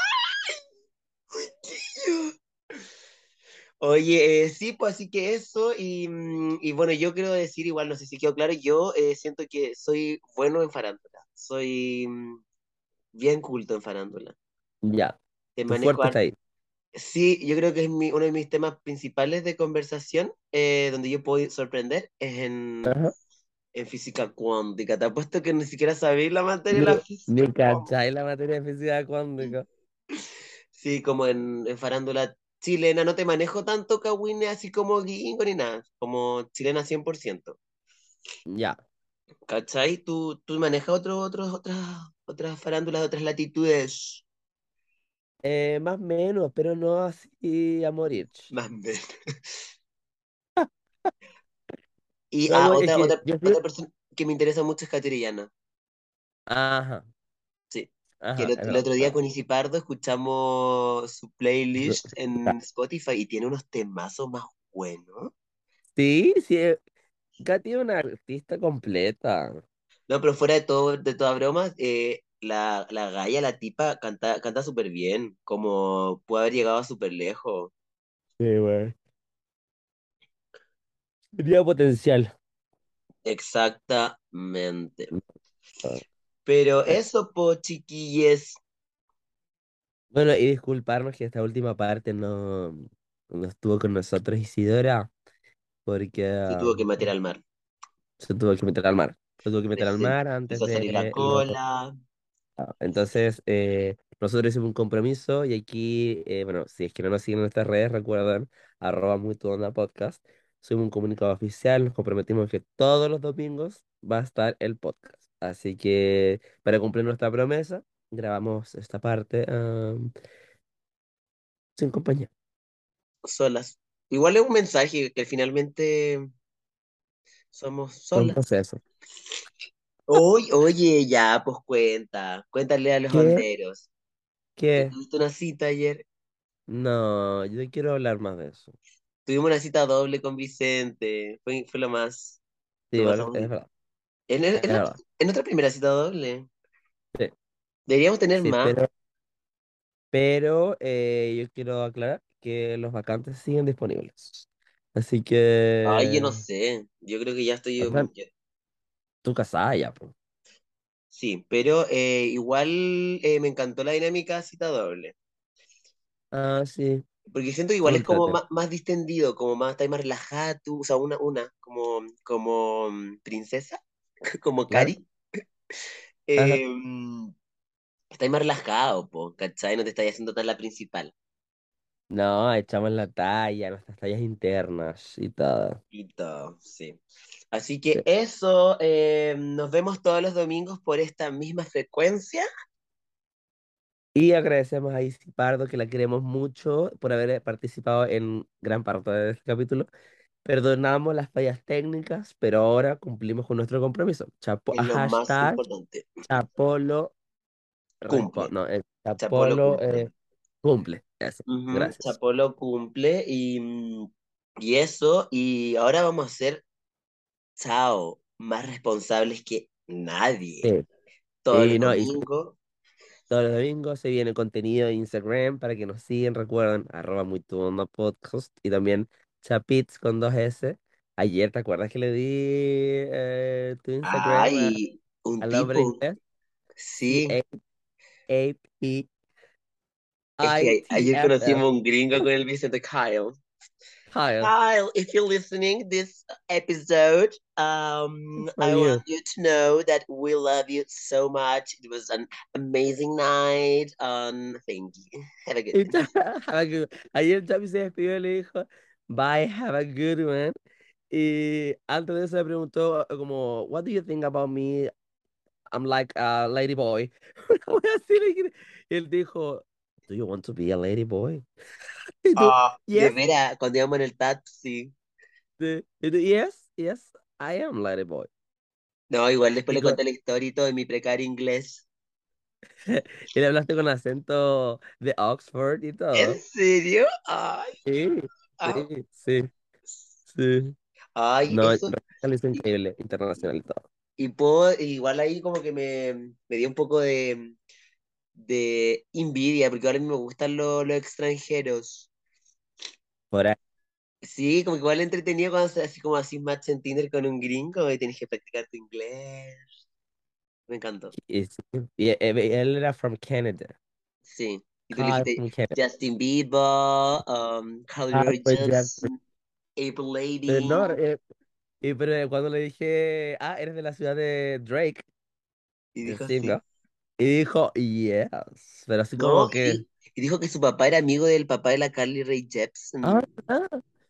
Speaker 2: Oye, eh, sí, pues así que eso, y, mm, y bueno, yo quiero decir, igual, no sé si quedó claro, yo eh, siento que soy bueno en farándula, soy mm, bien culto en farándula,
Speaker 1: Ya,
Speaker 2: te
Speaker 1: tu
Speaker 2: manejo
Speaker 1: fuerte
Speaker 2: harto.
Speaker 1: está ahí.
Speaker 2: Sí, yo creo que es mi- uno de mis temas principales de conversación, eh, donde yo puedo sorprender, es en,
Speaker 1: Ajá.
Speaker 2: en física cuántica, te apuesto que ni siquiera sabéis la materia de
Speaker 1: Ni,
Speaker 2: la física
Speaker 1: ni
Speaker 2: cuántica.
Speaker 1: cachai la materia de física cuántica.
Speaker 2: Sí, como en, en farándula chilena, no te manejo tanto kawine así como gringo ni nada, como chilena 100%. Mm.
Speaker 1: Ya,
Speaker 2: ¿Cachai? ¿Tú, tú manejas otro, otros otras, otras farándulas de otras latitudes?
Speaker 1: eh, más o menos, pero no así a morir.
Speaker 2: Más bien. Y
Speaker 1: No,
Speaker 2: ah,
Speaker 1: amor, es
Speaker 2: otra,
Speaker 1: que
Speaker 2: otra,
Speaker 1: yo fui.
Speaker 2: otra persona que me interesa mucho es Caterillana.
Speaker 1: Ajá,
Speaker 2: Sí. Que el,
Speaker 1: ajá, Ah,
Speaker 2: ot-
Speaker 1: es
Speaker 2: el
Speaker 1: verdad.
Speaker 2: otro
Speaker 1: es
Speaker 2: día
Speaker 1: verdad.
Speaker 2: con Isi Pardo escuchamos su
Speaker 1: Ru-
Speaker 2: playlist en Spotify y tiene unos temazos más buenos.
Speaker 1: Sí, sí, eh, Katy es una artista completa.
Speaker 2: No, pero fuera de todo, de toda broma, eh, la, la Gaia, la tipa, canta, canta súper bien. Como puede haber llegado súper lejos.
Speaker 1: Sí, güey. Tenía potencial.
Speaker 2: Exactamente.
Speaker 1: Ah,
Speaker 2: Pero
Speaker 1: bueno.
Speaker 2: eso, po, chiquilles.
Speaker 1: Bueno, y disculparnos que esta última parte no, no estuvo con nosotros Isidora, porque
Speaker 2: Se
Speaker 1: ah,
Speaker 2: tuvo que meter al mar.
Speaker 1: se tuvo que meter al mar. Se tuvo que meter al
Speaker 2: Se
Speaker 1: mar
Speaker 2: empezó
Speaker 1: antes
Speaker 2: a salir la
Speaker 1: de los...
Speaker 2: cola.
Speaker 1: ah, Entonces, eh, nosotros hicimos un compromiso y aquí, eh, bueno, si es que no nos siguen en nuestras redes, recuerden, arroba muy tu onda podcast. Subimos un comunicado oficial, nos comprometimos que todos los domingos va a estar el podcast. Así que, para cumplir nuestra promesa, grabamos esta parte ah, sin compañía.
Speaker 2: Solas. Igual es un mensaje que finalmente somos
Speaker 1: Fue un
Speaker 2: solas.
Speaker 1: proceso.
Speaker 2: Oye, oye, ya, pues cuenta. Cuéntale a los
Speaker 1: ¿Qué?
Speaker 2: honderos. Que
Speaker 1: ¿Qué?
Speaker 2: tuviste una cita ayer.
Speaker 1: No, yo quiero hablar más de eso.
Speaker 2: Tuvimos una cita doble con Vicente. Fue, fue lo más.
Speaker 1: Sí,
Speaker 2: Lo
Speaker 1: igual
Speaker 2: pasamos
Speaker 1: es
Speaker 2: bien.
Speaker 1: verdad,
Speaker 2: En, en-
Speaker 1: es
Speaker 2: en nuestra,
Speaker 1: verdad.
Speaker 2: en nuestra primera cita doble.
Speaker 1: Sí,
Speaker 2: Deberíamos tener
Speaker 1: sí,
Speaker 2: más.
Speaker 1: pero, pero eh, yo quiero aclarar que los vacantes siguen disponibles. Así
Speaker 2: Ay, yo no
Speaker 1: que,
Speaker 2: sé. Yo creo que ya estoy.
Speaker 1: eh, o sea,
Speaker 2: yo-
Speaker 1: tú casada ya, po.
Speaker 2: Sí, pero eh, igual eh, me encantó la dinámica cita doble.
Speaker 1: Ah, sí,
Speaker 2: Porque siento que igual
Speaker 1: muy
Speaker 2: es como
Speaker 1: entrete.
Speaker 2: más, más distendido, como más, estáis más relajada tú, o sea, una, una, como, como mm, princesa, como
Speaker 1: Claro.
Speaker 2: Cari.
Speaker 1: Ajá.
Speaker 2: Eh, mm, Estáis más relajado, po, ¿cachai? No te estáis haciendo tan la principal.
Speaker 1: No, echamos la talla, nuestras tallas internas y todo.
Speaker 2: Y todo, sí. Así que eso, eh, nos vemos todos los domingos por esta misma frecuencia.
Speaker 1: Y agradecemos a Isi Pardo, que la queremos mucho por haber participado en gran parte de este capítulo. Perdonamos las fallas técnicas, pero ahora cumplimos con nuestro compromiso. Chapo,
Speaker 2: Es lo más
Speaker 1: hashtag
Speaker 2: importante.
Speaker 1: Chapolo
Speaker 2: Cumple.
Speaker 1: Rincón, No, eh,
Speaker 2: Chapolo
Speaker 1: Chapolo,
Speaker 2: cumple.
Speaker 1: eh, cumple. Eso.
Speaker 2: Ujú,
Speaker 1: Gracias.
Speaker 2: Chapolo cumple y, mm, y eso. Y ahora vamos a ser, chao, más responsables que nadie.
Speaker 1: Sí.
Speaker 2: Todos
Speaker 1: Y
Speaker 2: los
Speaker 1: no, y-
Speaker 2: domingos.
Speaker 1: Todos los domingos se viene contenido en Instagram para que nos sigan. Recuerden, arroba muy tu onda podcast y también Chapits con dos S. Ayer, ¿te acuerdas que le di eh, tu Instagram a-
Speaker 2: Ay, un
Speaker 1: al hombre
Speaker 2: tipo.
Speaker 1: inglés?
Speaker 2: Sí.
Speaker 1: A P
Speaker 2: Es
Speaker 1: I
Speaker 2: que
Speaker 1: T
Speaker 2: ayer
Speaker 1: F
Speaker 2: conocimos a un gringo con el Vicente Kyle. Kyle, if you're listening this episode, um,
Speaker 1: for
Speaker 2: I
Speaker 1: you.
Speaker 2: want you to know that we love you so much. It was an amazing night. Um, thank you. Have a good
Speaker 1: Y
Speaker 2: night.
Speaker 1: Cha- have a good- Ayer Chapi se despidió y le dijo, bye, have a good one. Y antes de eso le preguntó eh, como, what do you think about me? I'm like a lady boy. Una wea así le dije. Y él dijo, do you want to be a lady boy? Y tú,
Speaker 2: Ah, de
Speaker 1: yes,
Speaker 2: veras, cuando íbamos en el taxi.
Speaker 1: de- y tú, yes, yes, I am lady boy.
Speaker 2: No, igual después le
Speaker 1: Digo-
Speaker 2: conté la historia y todo en mi precario inglés.
Speaker 1: Y le hablaste con acento de Oxford y
Speaker 2: ¿En
Speaker 1: todo.
Speaker 2: serio? Ay,
Speaker 1: Ah. Sí,
Speaker 2: ah,
Speaker 1: sí, sí, sí.
Speaker 2: ay,
Speaker 1: No,
Speaker 2: eso.
Speaker 1: lo hizo increíble, internacional y todo.
Speaker 2: Y puedo, igual ahí como que me, me dio un poco de, de envidia, porque ahora mismo me gustan los, los extranjeros.
Speaker 1: Por ahí.
Speaker 2: Sí, como que igual entretenido cuando se- así como así match en Tinder con un gringo y tenés que practicar tu inglés. Me encantó.
Speaker 1: Y, sí, y e- e- él era from Canada.
Speaker 2: Sí. Y tú le
Speaker 1: Kyle
Speaker 2: dijiste
Speaker 1: from Canada.
Speaker 2: Justin Bieber, um,
Speaker 1: pues.
Speaker 2: Carly
Speaker 1: Ah,
Speaker 2: Rae
Speaker 1: pues ya,
Speaker 2: Jepsen, April
Speaker 1: eh, no,
Speaker 2: Lavigne.
Speaker 1: eh, y pero eh, cuando le dije, ah, eres de la ciudad de Drake,
Speaker 2: Y
Speaker 1: del
Speaker 2: dijo así.
Speaker 1: single, y dijo, yes, pero así
Speaker 2: No,
Speaker 1: como que,
Speaker 2: y, y dijo que su papá era amigo del papá de la Carly Rae
Speaker 1: ah,
Speaker 2: Jepsen.
Speaker 1: ah,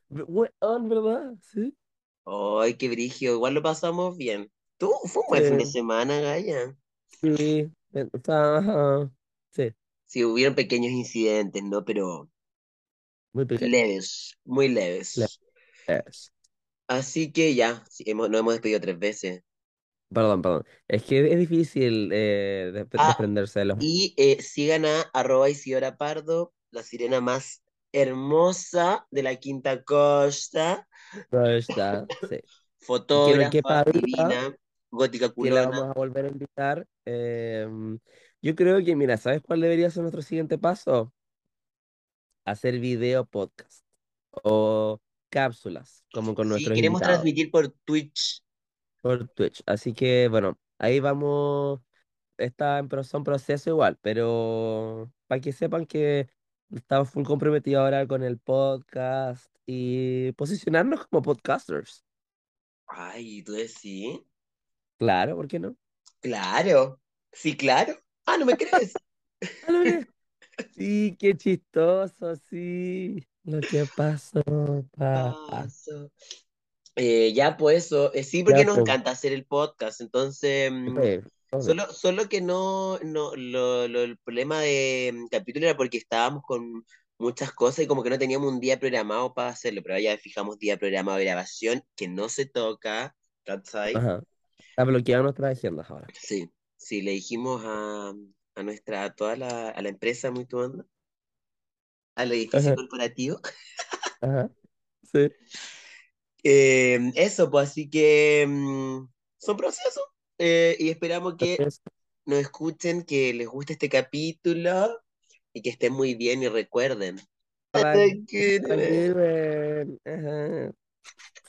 Speaker 1: ve- weón, ¿verdad? Sí.
Speaker 2: Ay, qué brigio. Igual lo pasamos bien. Tú, fue un buen fin de
Speaker 1: Sí,
Speaker 2: semana, Gaya.
Speaker 1: sí, eh, o sea, ajá, sí,
Speaker 2: Sí, hubieron pequeños incidentes, ¿no? Pero
Speaker 1: muy pequeño.
Speaker 2: leves, muy
Speaker 1: Le-
Speaker 2: leves.
Speaker 1: es.
Speaker 2: Así que ya, sí, hemos, nos hemos despedido tres veces.
Speaker 1: Perdón, perdón. Es que es difícil eh, despre-
Speaker 2: Ah,
Speaker 1: desprenderse de los...
Speaker 2: y eh, sigan a arroba Isidora Pardo, la sirena más hermosa de la Quinta Costa,
Speaker 1: Está, sí. Y que no
Speaker 2: fotógrafa
Speaker 1: quepa duda.
Speaker 2: divina, gótica
Speaker 1: que la
Speaker 2: culona.
Speaker 1: vamos a volver a invitar. em, yo creo que, mira, ¿sabes cuál debería ser nuestro siguiente paso? Hacer video podcast o cápsulas, como con
Speaker 2: Sí,
Speaker 1: nuestros
Speaker 2: queremos
Speaker 1: invitados
Speaker 2: transmitir por Twitch.
Speaker 1: por Twitch. Así que, bueno, ahí vamos. Está en pro- son proceso igual, pero para que sepan que estamos full comprometidos ahora con el podcast y posicionarnos como podcasters.
Speaker 2: Ay, tú decís.
Speaker 1: Claro, ¿por qué no?
Speaker 2: Claro. Sí, claro. Ah, ¿no me crees?
Speaker 1: Ah, lo miré. Sí, qué chistoso, sí. Lo que pasó, pa.
Speaker 2: Paso. Eh, ya, pues eso. Eh, sí,
Speaker 1: Ya,
Speaker 2: porque nos
Speaker 1: pues,
Speaker 2: encanta hacer el podcast. Entonces, mm,
Speaker 1: eh, obvio.
Speaker 2: solo, solo que no, no lo, lo- el problema de mm, capítulo era porque estábamos con muchas cosas y como que no teníamos un día programado para hacerlo, pero ahora ya fijamos día programado de grabación que no se toca. ¿Cachai?
Speaker 1: Ajá. Está bloqueado nuestras agendas ahora.
Speaker 2: Sí, sí, le dijimos a, mm, a nuestra, a toda la, a la empresa muy tu onda, al edificio
Speaker 1: Ajá,
Speaker 2: corporativo.
Speaker 1: ajá. Sí.
Speaker 2: Eh, eso, pues así que mm, son procesos eh, y esperamos que
Speaker 1: es-
Speaker 2: nos escuchen, que les guste este capítulo y que estén muy bien y recuerden.
Speaker 1: Para
Speaker 2: Have a good
Speaker 1: para
Speaker 2: one.
Speaker 1: que vean, Ajá.